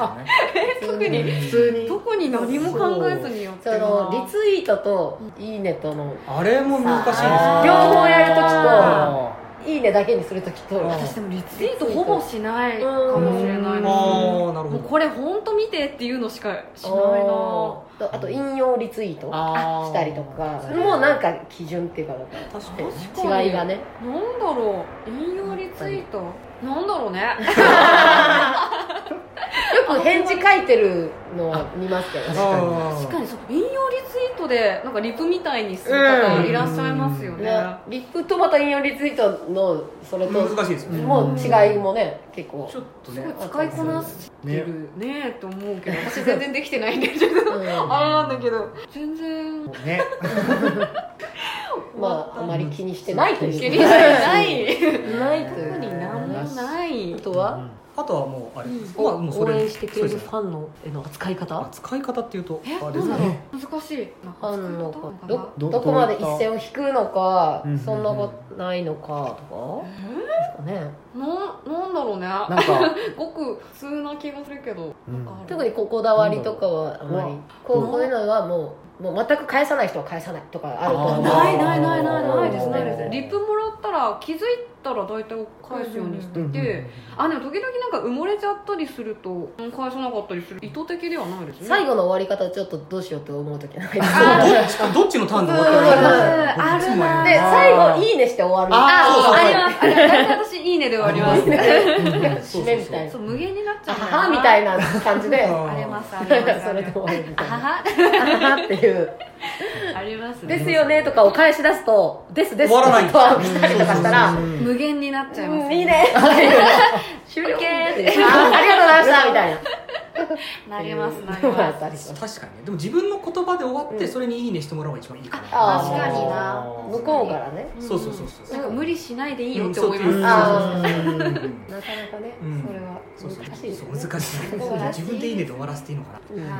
S4: *laughs* 特に
S5: 普通に
S4: どこに何も考えずにやって
S2: そ
S4: るな
S2: のリツイートといいねとの
S6: あれも難しいですよ
S2: あー
S6: ね
S2: 両方やるときと
S5: あ
S2: いいねだけにするときと
S6: うん
S4: 私でもリツイートほぼしないかもしれない
S6: あ
S4: な
S6: ーなる
S4: も
S6: ほ
S4: う
S6: ど
S4: これ本当見てっていうのしかしないな
S2: あーあと引用リツイート
S5: あー
S2: したりとかそれもなんか基準っていうかなんか
S6: 確か
S4: 確かに
S2: 違いがね
S4: なんだろう引用リツイートなんだろうね
S2: よく返事書いてるのは見ますけどね
S4: 確
S6: あ
S4: かにそう引用リツイートでなんかリプみたいにする方いらっしゃいますよね、
S2: ねリップとまた引用リツイートのそれと
S6: ー難しいですよね
S2: もう違いもね結構
S6: ちょっと
S4: す
S6: ね
S4: ごい使いこなしてるねと思うけど私全然できてないんで
S2: うん
S4: *laughs* あれなんだけど全然
S5: ーね
S2: まああまり気にしてないという
S4: 気にしてない
S2: *laughs* ないとい
S4: 特
S2: う
S4: になんもない
S2: あとは
S6: あとはもうあれですまあもうそ
S2: 応
S6: れ
S2: 援してくれ
S6: そ
S2: る
S6: うです
S2: フ
S6: ね
S2: ァンのへの扱い方
S6: あ使い方っていうと
S4: え
S6: あ
S4: なん
S6: れで
S4: だ
S6: す
S4: ろう
S6: ね
S4: 難しいな
S2: ファンの
S4: どう
S2: 方
S4: なの
S2: ど
S4: か
S5: ど
S2: どこまで一
S5: どういった
S2: 線を引くのか
S5: うんうんうん
S2: そんなことないのかとかですかね
S4: なななんだろうね
S5: なんか
S4: ごく普通な気がするけど
S5: うん
S4: なんかある
S2: 特にこうこだわりとかはあ
S5: うん
S2: まり
S5: うん
S2: こ
S4: う
S2: うんこういうのはもうもう全く返さない人は返さないとかあると
S5: あー
S2: 思う
S4: ないないないないないです
S2: あー
S4: ないですリップもらったら気づいたら大体返すようにして
S5: うんうんうん
S4: てあでも時々なんか埋もれちゃったりするとうん返さなかったりする意図的ではないですね
S2: 最後の終わり方ちょっとどうしようって思う時ないです
S6: あどっちか *laughs* どっちのターンで終わったか
S4: うんあるな
S2: で最後「いいね」して終わる
S5: あーそうそう
S4: ありますあれ大体私「いいね」で終わります
S6: そうそうそう
S2: 締めみたいな
S4: そう無限になっちゃう
S2: あははみた
S4: ない
S2: な感じで
S6: あ
S4: ありますあ
S2: そ
S4: ります
S2: れで終わるみ
S4: あ
S2: たいなあ
S4: は
S2: ははっ
S6: *laughs*
S2: ていう
S4: はあります
S2: 「ですよね」とかを返し出すと「ですです」
S6: 終
S2: と
S6: わらない
S2: か来たりとかしたら「うん
S4: 無限になっちゃいます
S2: いいね」終了ってあーありがとうございま
S4: オッケー
S2: した」みたいな
S4: なりますなり
S2: のがあ
S4: ま
S2: っ
S4: す
S2: たりします
S6: 確かにねでも自分の言葉で終わって
S2: うん
S6: それに「いいね」してもらうのが一番いいか
S2: あ
S6: な
S4: 確かにな
S2: 向こうからね
S6: そうそうそうそう
S4: なんか無理しないでいいよ
S6: う
S4: っ
S6: ん
S4: て
S6: そう
S4: 思
S6: っ
S4: い
S6: て
S4: ます、
S6: いう
S2: あ
S6: うんうんうん
S2: なかなかね
S6: うん
S2: それは
S6: そうそう
S2: 難しいです
S6: そ
S2: よ
S6: う
S2: ね
S6: 難しい
S4: 難しい
S6: 自分で「いいね」で終わらせていいのか
S2: うん
S4: うん
S6: な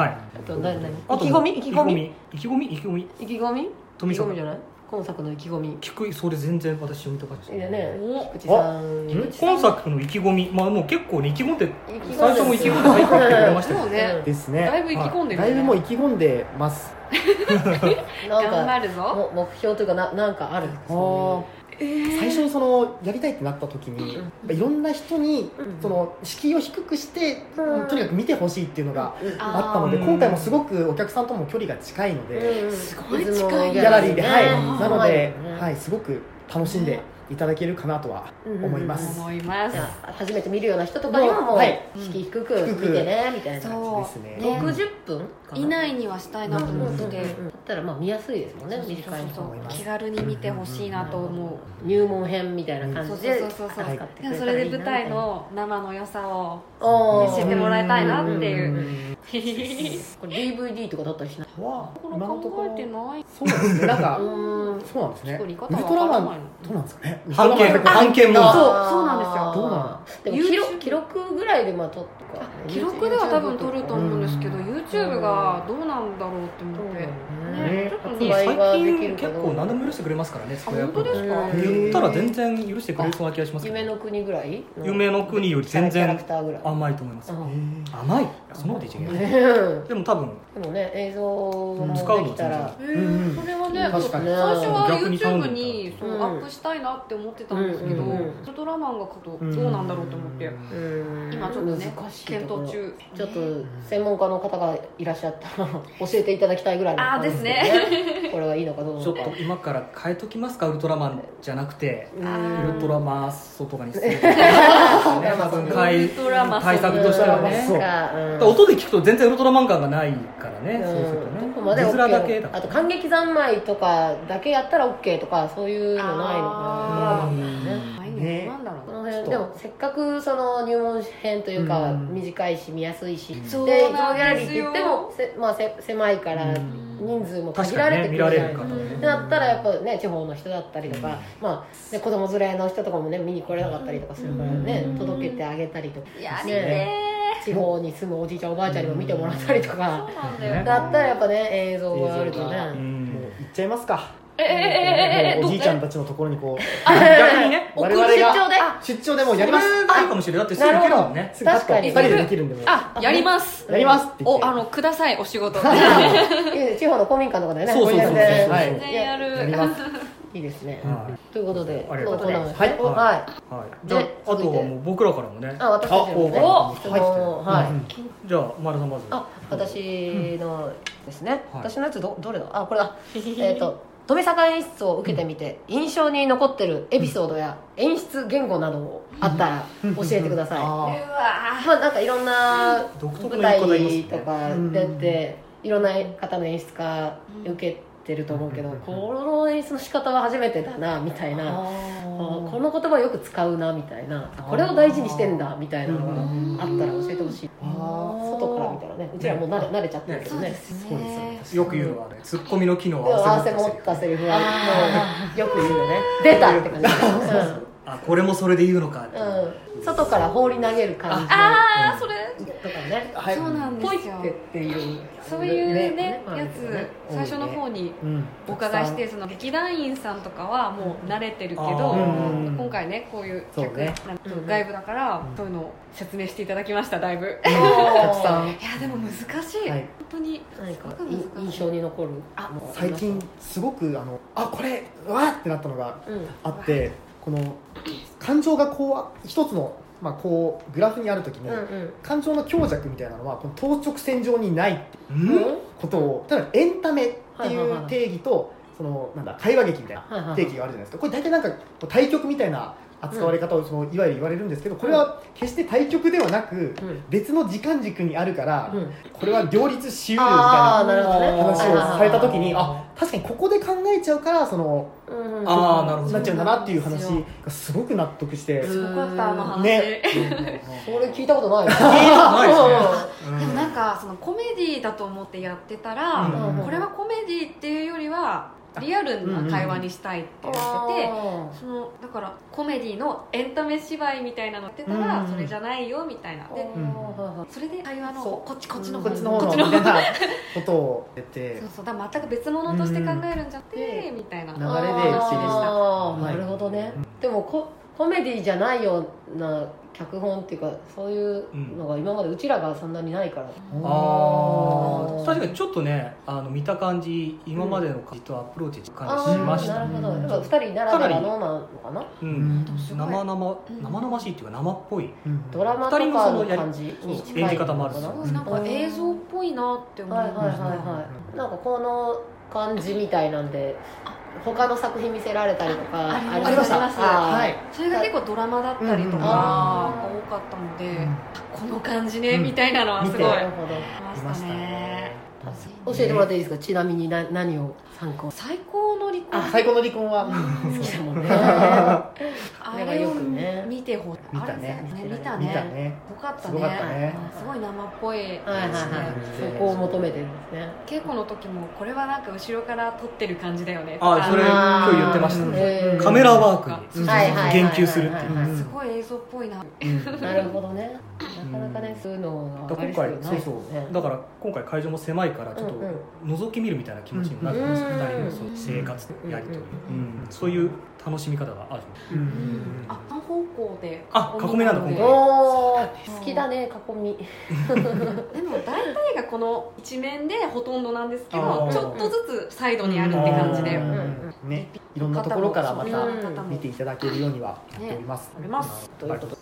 S6: はい
S2: あと何何
S6: あ
S2: 意
S6: と
S2: 気込み意気込み
S6: 意気込み意気込み
S2: 意気込み意
S6: 富
S2: 気
S6: さ
S2: 込
S6: ん
S2: みじゃない今作の意気込み
S6: 聞くそれ全然私読みたかった
S2: いいよね
S4: お
S2: 菊池さん
S5: うん
S6: 今作の意気込みまあもう結構ね意気込んで
S2: 意気込んで
S6: 最初も意気込んで入ってきてくれましたけ
S2: *laughs*
S4: そ
S6: ど
S4: うね
S5: です
S4: だ
S5: ね
S4: いぶ意気込んでる
S5: だ
S4: ね
S5: いぶもう意気込んでます
S2: なん
S4: 頑
S2: か
S4: 張るぞ
S2: も目標というかななんかある
S5: あ
S4: え
S5: 最初にそのやりたいってなった時にいろんな人に
S2: うん
S5: その敷居を低くして
S2: うん
S5: とにかく見てほしいっていうのが
S4: あ
S5: あったので
S6: うん
S5: 今回もすごくお客さんとも距離が近いので
S4: すごい近い
S5: ギ
S4: ギ
S5: ャラリーではい
S4: うん
S5: なのではいいすごく楽しんでいただけるかなとは思います
S4: 思います
S2: じゃあ初めて見るような人とかにはもう
S5: はい
S2: 敷居低く見てねみたいな
S4: そ
S5: ですね
S4: うね
S2: 60分
S4: 以内にはしたいなと思ってて、
S2: だったらまあ見やすいですもんね短い
S4: そ
S2: 人
S4: う気軽に見てほしいなと思
S2: 入門編みたいな
S4: う、
S2: 感
S4: そう
S2: じ
S4: そう
S2: で
S4: そうそうそう、
S5: はい
S4: でもそれで舞台の生の良さを
S2: 教
S4: 教えてもらいたいなっていう
S5: うん
S2: これ DVD とかだったりしない
S5: は
S4: これ
S5: 今のとこ
S4: 考
S5: ろ
S4: えてない
S5: そうなんですねなんか
S2: うん
S5: そうなんですね
S4: 作
S5: ウ
S4: り
S5: ル
S4: 方わ
S5: トラ
S4: か
S5: マ
S4: らない
S5: ン
S4: の
S5: どうなんですかね
S6: 半
S5: ウルトラマン
S6: 券半券も
S4: そう
S2: あー
S4: そうなんですよ
S2: で
S5: どうな
S2: も記録
S4: YouTube
S2: 記録ぐらいでまあ撮ったか
S4: 記録では多分撮ると思うんですけど、
S5: う
S4: YouTube がどうなんだろうって思って、ね
S5: ね
S4: ちょっと
S2: 発売
S4: ね
S6: 最近結構何でも許してくれますからねそこはやっぱ
S4: あ本当ですか
S2: うん
S6: 言ったら全然許してくれそうな気がしますけど
S2: 夢の国ぐらい
S6: 夢の国より全
S2: キャラ
S6: 然
S2: クターぐらい
S6: 甘いと思います
S2: うん
S6: 甘いいやそんなこと言っちゃいけない
S2: で
S6: でも多分
S2: もね映像
S5: うん
S2: も
S5: 使
S6: う
S2: で
S6: の
S2: きたら
S4: え
S5: うん
S4: ー、それはね、
S5: うん確かに
S4: 最初は
S6: 逆に頼んでみた
S4: YouTube
S6: ら
S4: にそう
S2: うん
S4: アップしたいなって思ってたんですけど、
S2: うんうんうん
S4: ウルトラマンが書くとどうなんだろうと思って、
S2: うん
S4: 今ちょっとね
S2: 難しい
S4: 検
S2: とこ
S4: 途中
S2: ちょっと専門家の方がいらっしゃったら教えていただきたいぐらいの
S4: あーですね
S2: ねこれはいいのかどう
S6: ちょ
S2: なの
S6: っ
S2: か
S6: と今から変えときますかウルトラマンじゃなくて
S2: うん
S4: あ
S6: ウルトラマーソとかにする多分
S4: ウ
S6: 変
S4: ル
S6: え
S4: トラマ
S6: 対策としてはね
S5: そう
S2: なんかうん
S6: 音で聞くと全然ウルトラマン感がないからね、そうすると
S2: うん
S6: ね
S2: どこまで
S6: 字
S2: OK
S6: 面だけだ
S2: あと
S6: から
S2: 感激三昧とかだけやったら OK とかそういうのないのかな
S4: あないの
S5: ね
S4: なんだろう
S2: こ
S4: な
S2: の辺でもせっかくその入門編というか
S6: うん
S2: 短いし見やすいしで
S4: そう
S2: で
S4: な
S2: ゾウギャラ
S4: ん
S2: リー
S4: で
S2: っ
S4: す
S2: て
S4: よ
S2: 言ってもせまあせ狭いから人数も
S6: 確
S2: 限ら
S6: かにね
S2: れてく
S6: 見
S2: る
S6: ら
S2: じゃ
S6: れ
S2: ない
S6: る
S2: です
S6: 方
S2: か
S6: も
S2: っ
S6: ね
S2: てなったらやっぱね地方の人だったりとか、まあね、子供連れの人とかもね見に来れなかったりとかするからね、
S4: うん
S2: 届けてあげたりとか
S4: やり
S2: ね
S4: て
S2: 地方に住むおじいちゃんおばあちゃんにも見てもらったりと
S4: ー
S2: か
S4: そうなんだよな
S2: だったらやっぱね映像があると
S5: 映像が
S6: う
S2: ね
S5: もうん行っちゃいますか
S4: ええええええええ
S5: もうおじいちゃん
S4: ど
S5: たちのところにこう
S6: 逆にね
S2: 送
S5: 我
S2: る
S5: 々
S2: 出
S5: が
S2: 張で
S5: 出張でもうやります
S6: あいいかもしれないだってすぐ行けるもんね
S5: すぐパッ
S2: 確かに
S5: と2人でできるんでもう
S4: あやります
S5: やりますって言っ
S4: お
S5: て
S4: あのくださいお仕事
S2: いや地方の公民館とかだよね
S6: そうそうそうそう
S2: こいやね
S5: はい
S4: 全然やる
S5: やります
S2: いいですね、
S6: は
S2: ということで
S6: ありがとう
S2: そうなんですね
S5: はい
S2: はい
S6: い、はい、じ
S2: で
S6: ゃああとはもう僕らからもね
S2: あ私たちのね
S4: お
S2: 質問をはい、
S6: じゃあ丸さんまず
S2: あ私のですね、
S6: はい
S2: 私のやつどどれだあこれだえっと富坂演出を受けてみて、印象に残ってるエピソードや演出言語などをあったら教えてください、ま
S5: あ
S4: うわ
S2: あなんかいろんな
S6: 独特
S2: 舞
S6: な言い方言いますね
S2: 台とか
S5: うん
S2: 出ていろんな方の演出家受けてると思うけど、この演出の仕方は初めてだなみたいなあこの言葉よく使うなみたいなこれを大事にしてんだみたいなのがあったら教えてほしい
S5: あ
S2: 外から見たらねうちらもう慣れ慣れちゃってるけど
S4: そう
S2: ね
S4: です
S5: そうですよね
S4: ね
S6: よく言うのはねツッコミの機能
S2: でも合
S6: は
S2: わせ持
S6: 持っ
S2: ったた
S6: せ
S2: セリフはもうよく言うよね出たって感 *laughs* じ
S6: あこれもそれで言うのかって
S2: うんうん外から放り投げる感じ
S4: ああそれ
S2: とかね
S5: あはい
S4: そうなんで
S2: ポイっ
S4: すよ
S2: てっていう
S4: そういうね
S2: まあ
S4: やつ最初の方に
S5: うん
S4: お伺いしてその劇団員さんとかはもう慣れてるけど
S6: あ
S5: ー
S4: 今回ねこういう
S5: そう
S4: 客
S5: ね
S4: なんか外部だからそういうのを説明していただきましただいぶい
S2: た
S5: たくさん
S4: やでも難しい
S5: はい
S4: 本当に
S2: 何かい印象に残る
S4: あ
S2: ものり
S5: 最
S2: ます
S5: 近すごくあのあこれうわーってなったのが
S2: うん
S5: あってこの感情がこう一つの、まあ、こうグラフにある時に、
S2: うんうん
S5: 感情の強弱みたいなのはこの当直線上にないって
S6: うん
S5: ことをただエンタメって
S2: は
S5: い
S2: いはいは
S5: う
S2: い
S5: 定義とそのなんだ会話劇みたい
S2: はいはいは
S5: ない定義があるじゃないですかこれ大体なんかこう対局みたいな扱われ方をそのいわゆる言われるんですけどこれは決して対局ではなく
S2: うん
S5: 別の時間軸にあるから
S2: うん
S5: これは両立しうるみたい
S2: ああ
S5: な
S2: なるほどね
S5: 話をされた時に
S6: あ
S5: あ確かにここで考えちゃうからその
S2: うんうん
S6: あーなるほど
S5: なっちゃうんだなっていう話がすごく納得して
S2: うん
S4: すごかったあの話
S5: ね
S2: それ聞いたこと *laughs* ない
S6: ないですね
S4: でもなんかそのコメディだと思ってやってた
S6: う
S4: ら
S6: ん
S4: これはコメディっていうよりはリアルな会話にしたいって言っててそのだからコメディのエンタメ芝居みたいなのやってた
S5: う
S4: ら
S5: ん
S4: それじゃないよみたいなでそれで会話の
S5: そう
S4: こっちこっちの
S5: こ
S4: こ
S5: っ
S4: っ
S5: ち
S4: ち
S5: の
S4: の
S5: 方
S4: こっ
S5: の
S4: ち
S5: み
S4: の
S5: たいなことをやって
S4: そうそうだから全く別物として考えるんじゃってみたいな
S5: 流れで一致
S2: あ
S5: で
S2: ー
S5: し
S2: な
S5: た
S2: るほどね、でもココメディじゃないような脚本っていうかそういうのが今までうちらがそんなにないから、
S6: あ
S2: うん
S6: ー確かにちょっとねあの見た感じ今までの感じとアプローチした
S2: あ
S6: 感じしま
S2: ー
S6: し
S2: な
S6: た
S2: る
S6: ね
S2: ほどやっぱ2人ならではのなのかな
S6: うん
S4: すごい
S6: 生々
S4: うん
S6: 生々しいっていうか生っぽい
S5: うん
S2: ドラマとかの感じに近い
S6: 演じ方もあるし
S2: のか
S4: すごいなんか映像っぽいなって思
S2: なはいいはい
S4: ま
S2: はい
S4: した、
S2: はいなんかこの感じみたいなんで他の作品見せられたりとか
S4: あ
S2: る
S4: ありました
S2: あー
S5: はい
S4: それが結構ドラマだったりとかが多
S5: うん
S4: かったので、
S5: ん
S4: この感じね、みたいなのはすごい
S2: なるほ
S4: あ
S5: あり
S4: り
S5: ま
S4: ま
S5: し
S4: したた
S5: ね
S4: ね
S2: ど教えてもらっていいですかちなみにな何を参考に
S4: 最高の離婚
S5: 最高の離婚は
S2: 好きだもん
S6: *laughs*
S2: ね
S4: あれを見てほしい
S5: 見たね
S4: あれ見た
S5: 見た
S4: ね
S5: ね
S4: よかった
S5: すごかった
S4: ね
S5: ね
S4: すごい生っぽいですね、
S2: はいはいはいそこを求めてるんですね
S4: 稽古の時もこれはなんか後ろから撮ってる感じだよね
S6: あーそれ
S2: あー
S6: 今日言ってましたね
S2: えー
S6: カメラワークに
S2: はいはいはいはい
S6: 言及するっていう
S2: はは
S4: すごい映像っぽいな
S2: はなるほどねなかなかねそういうのが
S6: だ
S2: 分
S6: か
S2: からり
S6: 今
S2: そう
S6: 回
S2: よね
S6: そうそうだから今回会場も狭いからちょっと
S2: うん
S6: 覗き見るみたいな気持ちにもなってます
S2: うん
S6: 2人のそう生活やりとりうんそういう楽しみ方がある
S4: あ3方向で
S6: あ囲みなんだ今回
S2: おー好きだね囲み
S4: でも大体がこの一面でほとんどなんですけ
S6: あ
S4: ど
S6: ー
S4: ちょっとずつサイドにあるって感じで
S5: う
S4: あ
S5: んねいろんなところからまた見ていただけるようにはなっております
S4: ります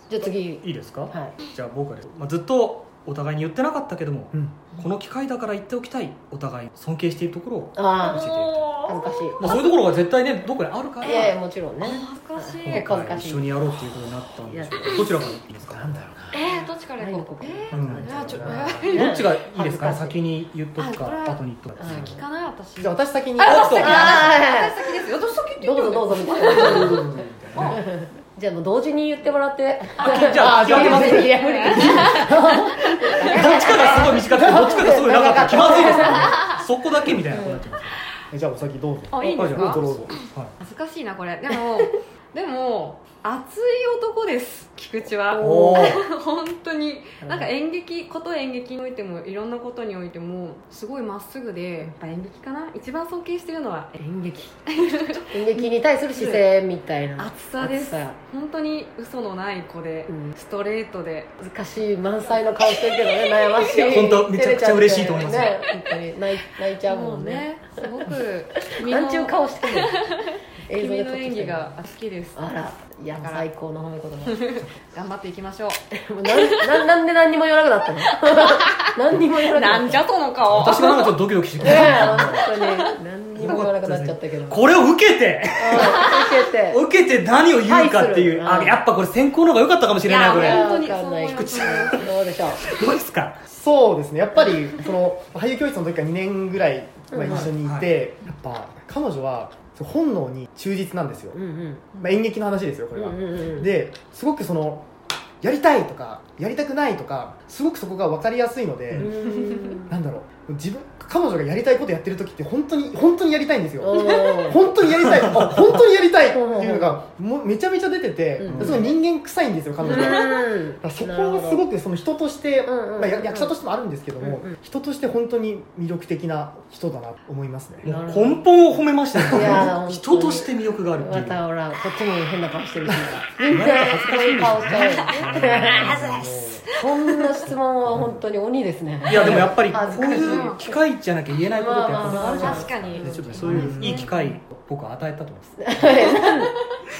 S2: じゃあ次
S6: いいですか
S2: はい
S6: じゃあ僕はです、まあ、ずっと
S3: お互いに言ってなかったけども、
S5: うん
S3: この機会だから言っておきたいお互い尊敬しているところを
S2: あ
S3: 教えている
S2: あ恥ずかしい
S3: まあ、そういうところが絶対ねどこにあるから
S2: いやいやもちろんね
S4: 恥ずかしい
S2: 恥ず
S3: 今回
S2: かしい
S3: 一緒にやろうっていうことになったんですけどどちらからいいですか
S5: なんだろ
S4: えー、どっちから行こう
S2: 何
S4: え
S5: うな、うん
S4: ー、じゃあちょっ *laughs* と
S2: い
S3: どっちがいいですかね
S2: 恥ずかしい
S3: 先に言っとく
S4: あこれ
S3: か
S4: は
S3: 後に言っと
S2: う
S3: くか
S2: ん
S4: 聞かない私
S5: じゃあ私先に
S2: あ
S4: 私先ですよ私先って
S2: あ
S4: 言
S2: ど
S4: っ
S2: う
S4: て
S2: ぞ
S4: よ
S2: どうぞみたいな
S4: あ
S2: じゃあもう同時に言ってもらって
S3: じゃあじゃあ
S2: いや無理無理
S3: どっちかがすごい短くてどっちかがすごい長くて気まずいですからねそこだけみたいなことになってます
S5: えじゃあお先どうぞ
S4: あいいんです
S5: どう
S4: か
S5: ぞどうぞ
S3: はい
S4: 恥ずかしいなこれでもでも熱い男です菊池は
S3: おお
S4: *laughs* 本当になんか演劇こと演劇においてもいろんなことにおいてもすごいまっすぐでやっぱ演劇かな一番尊敬してるのは演劇
S2: 演劇に対する姿勢みたいな
S4: 熱さです
S2: 熱さ
S4: 本当に嘘のない子で、
S2: うん
S4: ストレートで
S2: 難しい満載の顔してるけどね悩ましい
S3: *laughs* 本当めちゃくちゃ嬉しいと思いますよ
S2: ね本当に泣い泣いちゃうもんね
S4: もうねすごく君の
S2: なんちゅう顔してる映像
S4: 君
S2: で
S4: の
S2: 撮ってきた
S4: 演技が好きです
S2: あらいや
S4: だから
S2: 最高の褒め言葉 *laughs*
S4: 頑張っていきましょう
S2: もうなんなんなんで何にも言わなくなったの *laughs* 何にも言わなくなった
S4: なんじゃその顔 *laughs*
S3: 私がなんかちょっとドキドキしてき
S2: ねえ
S3: た
S2: 本当に何にも言わなくなっちゃったけど
S3: これを受けて
S2: うん教えて
S3: 受けて何を言うかっていう
S2: はいす
S3: あ
S2: る
S3: やっぱこれ先行の方が良かったかもし
S4: い
S3: れない
S4: や
S3: これ
S2: ね
S4: 本当にそう思い
S2: わかんない菊
S4: ま
S2: 池
S4: す
S2: どうでしょう
S3: どうですか
S5: そうですねやっぱりその俳優教室の時から2年ぐらいまあ
S2: うん
S5: 一緒にいて、やっぱ彼女は本能に忠実なんですよ、
S2: うんうん
S5: まあ、演劇の話ですよこれは、
S2: うんうんうん
S5: ですごくそのやりたいとかやりたくないとかすごくそこが分かりやすいので、
S2: うん
S5: なんだろう自分彼女がやりたいことやってる時って本当に本当にやりたいんですよ、
S2: おー
S5: 本当にやりたいあ本当にやりたいっていうのがもうめちゃめちゃ出てて、
S2: うん
S5: すごい人間臭いんですよ彼女は、だからそこはす
S2: く
S5: ごくその人として、
S2: うんうんうんうん
S5: まあ、や役者としてもあるんですけども、
S2: うんうん
S5: 人として本当に魅力的な人だなと思いますね、
S3: もう根本を褒めました
S2: いや本当
S3: ね
S2: に
S3: 人として魅力があるってい
S2: ま
S3: う
S2: たほらこっちも変な顔してるし全然そういう顔しちゃうよそんな質問は本当に鬼ですね
S3: いやでもやっぱりこ
S2: 恥ず
S3: う
S2: かしい
S3: いう機会じゃなきゃ言えないことってやっぱりあるじゃないです
S4: 確
S3: か
S4: かに
S3: でちょっとそういういい機会僕は与えたと思います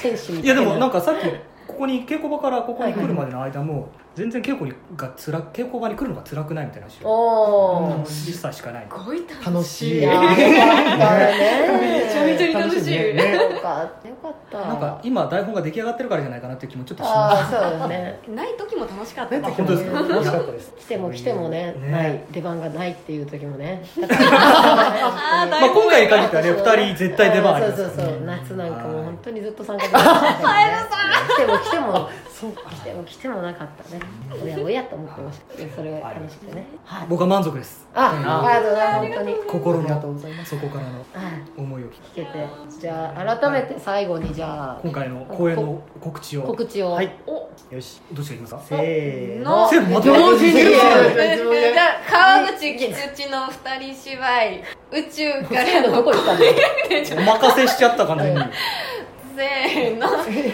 S2: 選手み
S3: い
S2: たい
S3: やでもなん
S2: な
S3: かさっきここに稽古場からここに来るまでの間も全然稽古がつら稽古場に来るのが辛くないみたいな話を
S2: お
S5: う
S2: ー
S5: ん
S3: しさしかない
S4: すごい
S5: 楽
S4: 楽しい
S5: しい
S2: いやーよかったね
S4: めちゃめちゃ楽しい
S5: ね
S2: よかったよかった
S3: なんか今台本が出来上がってるからじゃないかなっていう気もちょっとします
S2: ああそうだね
S4: ない時も楽しかったです
S5: ね
S3: 本当ですか
S5: 楽しかったです
S2: 来ても来てもね
S3: ね
S2: ない出番がないっていう時も *laughs* ね
S4: あ
S3: ま
S4: ー
S3: あ、
S4: 大
S3: 今回に限ってはね
S2: 私も
S3: 2人絶対出番あります
S2: そう
S3: か
S2: そ
S3: ら
S2: う
S3: ね
S2: そう夏なんかもう本当にずっと参加でき *laughs* 来ても来ても来ても来てもなかったねおやおやと思ってましたいやそれが楽しくてねはい
S3: 僕は満足です
S2: あありがとうございます本当に
S3: 心
S5: ありがとう
S3: の
S5: ございます
S3: 底からの
S2: はい
S3: 思いを聞き
S2: 聞けてじゃあ改めて最後にじゃあ
S3: 今回の公演の告知を
S2: 告知を
S5: はい
S2: お
S5: よし
S3: どっちがいきますか
S5: せーの
S4: の
S3: せーのまとめ
S2: 同時に
S3: せーの
S4: じゃあ川口菊池の二人芝居宇宙か
S2: 彼
S4: ら
S2: *laughs* のど
S4: の
S2: こ行ったんだよ
S3: お任せしちゃった完全
S2: う
S3: にど
S2: ん
S4: せー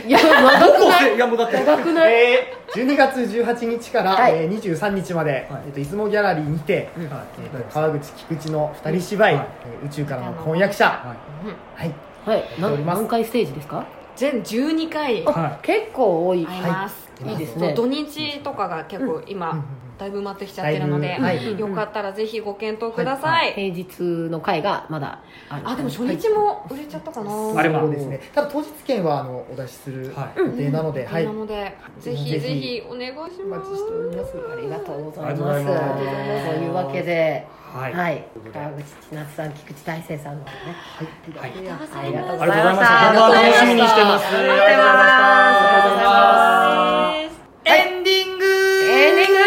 S4: の
S2: いや長く
S3: こ
S2: ない
S3: せいやもうだって
S2: 長くない
S5: えー12月18日から、
S2: はい
S5: えー23日まで、
S3: はい
S5: えっと出雲ギャラリーにて、
S3: はい
S5: えーと川口菊池の二人芝居、
S3: はい
S5: えー宇宙からの婚約者、
S3: はい
S5: はい、
S2: はい
S5: やっており
S2: 何
S5: ます
S2: 何回ステージですか
S4: 全12回
S2: あ
S3: は
S2: 結構多い
S4: 会います、
S2: いいです
S4: そう
S2: ね
S4: 土日とかが結構今、だいぶ埋まってきちゃってるので、
S5: だいぶはい
S4: よかったらぜひご検討ください、
S2: 平日の会がまだある
S4: あでも初日も売れちゃったかな、
S3: いあれ
S5: そ
S3: は
S5: うですねただ当日券はあのお出しする
S3: はい
S5: 予定なので、はい
S4: なので、ぜひ
S5: ぜひ
S4: ぜひお願いし
S5: お
S4: ま
S5: 待
S4: す
S5: ちしております
S2: ありがとうござい
S3: あ
S2: ます
S3: りがとうございます
S2: というわけでは、
S3: はいい
S2: 川口千夏さん菊池大成さんのね、
S3: はい
S2: ありがとうご
S4: あ
S2: ざい
S4: りがと
S2: ます
S4: うご
S3: ありがとうございまし
S2: ありがとうございました
S3: た。本番楽しみにしてます。ありがとうございま
S4: ありがとうございます
S3: す。エンディング
S2: エンディング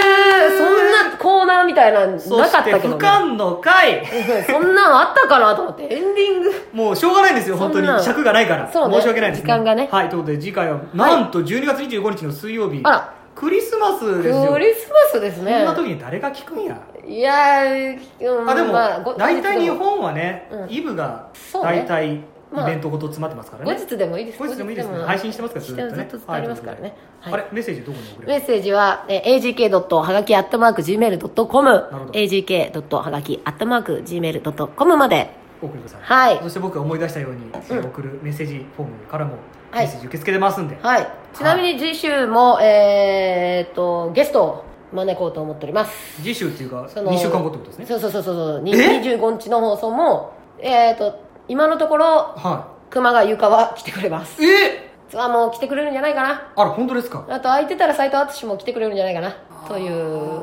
S2: そんなコーナーみたいなの
S3: そ
S2: なか
S3: し
S2: ってたけど、
S3: 不
S2: ね、
S3: 可の回
S2: そんなんあったかなと思ってエンディング
S3: もうしょうがないんですよ本当に
S2: そんな
S3: 尺がないから
S2: そうね
S3: 申し訳ないです、
S2: 時間がね
S3: はいということで次回はなんと12月25日の水曜日、
S2: あら
S3: クリスマス
S2: ク
S3: で
S2: リ
S3: すよこん
S2: スマスですね
S3: な時に誰が聞くんや
S2: いやー、うん、
S3: あでも、
S2: ご
S3: 大体日本はね、
S2: うん
S3: イブが
S2: そうね
S3: 大体イベントごと詰まってますから
S2: 後
S3: ね、
S2: 日でもいいです
S3: 後日でもいいですね配信してますからずっとね
S2: ずっと伝わりますからね、はい
S3: あれメッセージどこに送れば
S2: メッセージは、えー agk.hagaki.gmail.com
S3: ほど
S2: agk.hagaki.gmail.com まで
S3: お送りください、
S2: はい
S3: *laughs* そして僕が思い出したように、
S2: うん
S3: 送るメッセージフォームからも
S2: は
S3: メ
S2: い
S3: ッセージ受け付けてますんで、
S2: はいちなみに次週も、えーっとゲストを招こうと思っております
S3: 次週っていうか
S2: その
S3: 2週間後ってことですね
S2: そうそうそうそうそうに25日の放送もえっ、と今のところ
S3: は
S2: 熊がゆかは来てくれます
S3: いえ
S2: ツアーも来てくれるんじゃないかな
S3: あら本当ですか
S2: あと空いてたら斎藤淳も来てくれるんじゃないかなという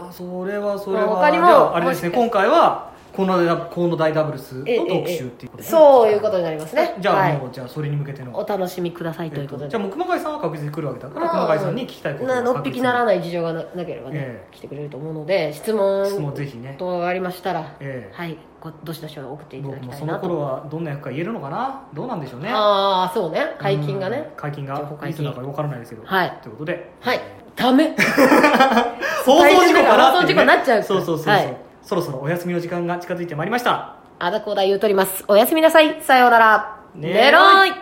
S3: あーそれはそれは
S2: 他にも
S3: じゃああれですね
S2: もしかし
S3: 今回はこの大この大ダブルスの
S2: ええ
S3: 特集っていうこと
S2: え
S3: で
S2: そういうことになりますね
S3: じゃあ、
S2: はい
S3: もうじゃあそれに向けての
S2: お楽しみくださいということ
S3: えっ
S2: で、
S3: とじゃあもう熊谷さんは確実に来るわけだから
S2: まあ
S3: 熊谷さんに聞きたいこと
S2: なのっ
S3: 確
S2: ぴき
S3: 実に
S2: ならない事情がななければね、
S3: え
S2: 来てくれると思うので質問
S3: 質問ぜひね、
S2: とありましたら、
S3: ええ
S2: はいこどしどし送っていただ
S3: 僕
S2: き
S3: も
S2: た
S3: そ
S2: い
S3: の
S2: なと、
S3: 頃はどんな役か言えるのかなどうなんでしょうね
S2: ああそうね解禁がね
S3: うん解禁
S2: 情報
S3: が
S2: 解
S3: いつ
S2: 禁
S3: なのか分からないですけど
S2: はい
S3: ということで
S2: はいダ
S3: *laughs*
S2: メ
S3: 放送事故かなってい
S2: 放送事
S3: うね
S2: 故になっちゃう
S3: そうそうそうそう、
S2: はい
S3: そろそろお休みの時間が近づいてまいりました
S2: あだこうだ言うとりますおやすみなさいさようなら
S3: ねえ
S2: ねろーい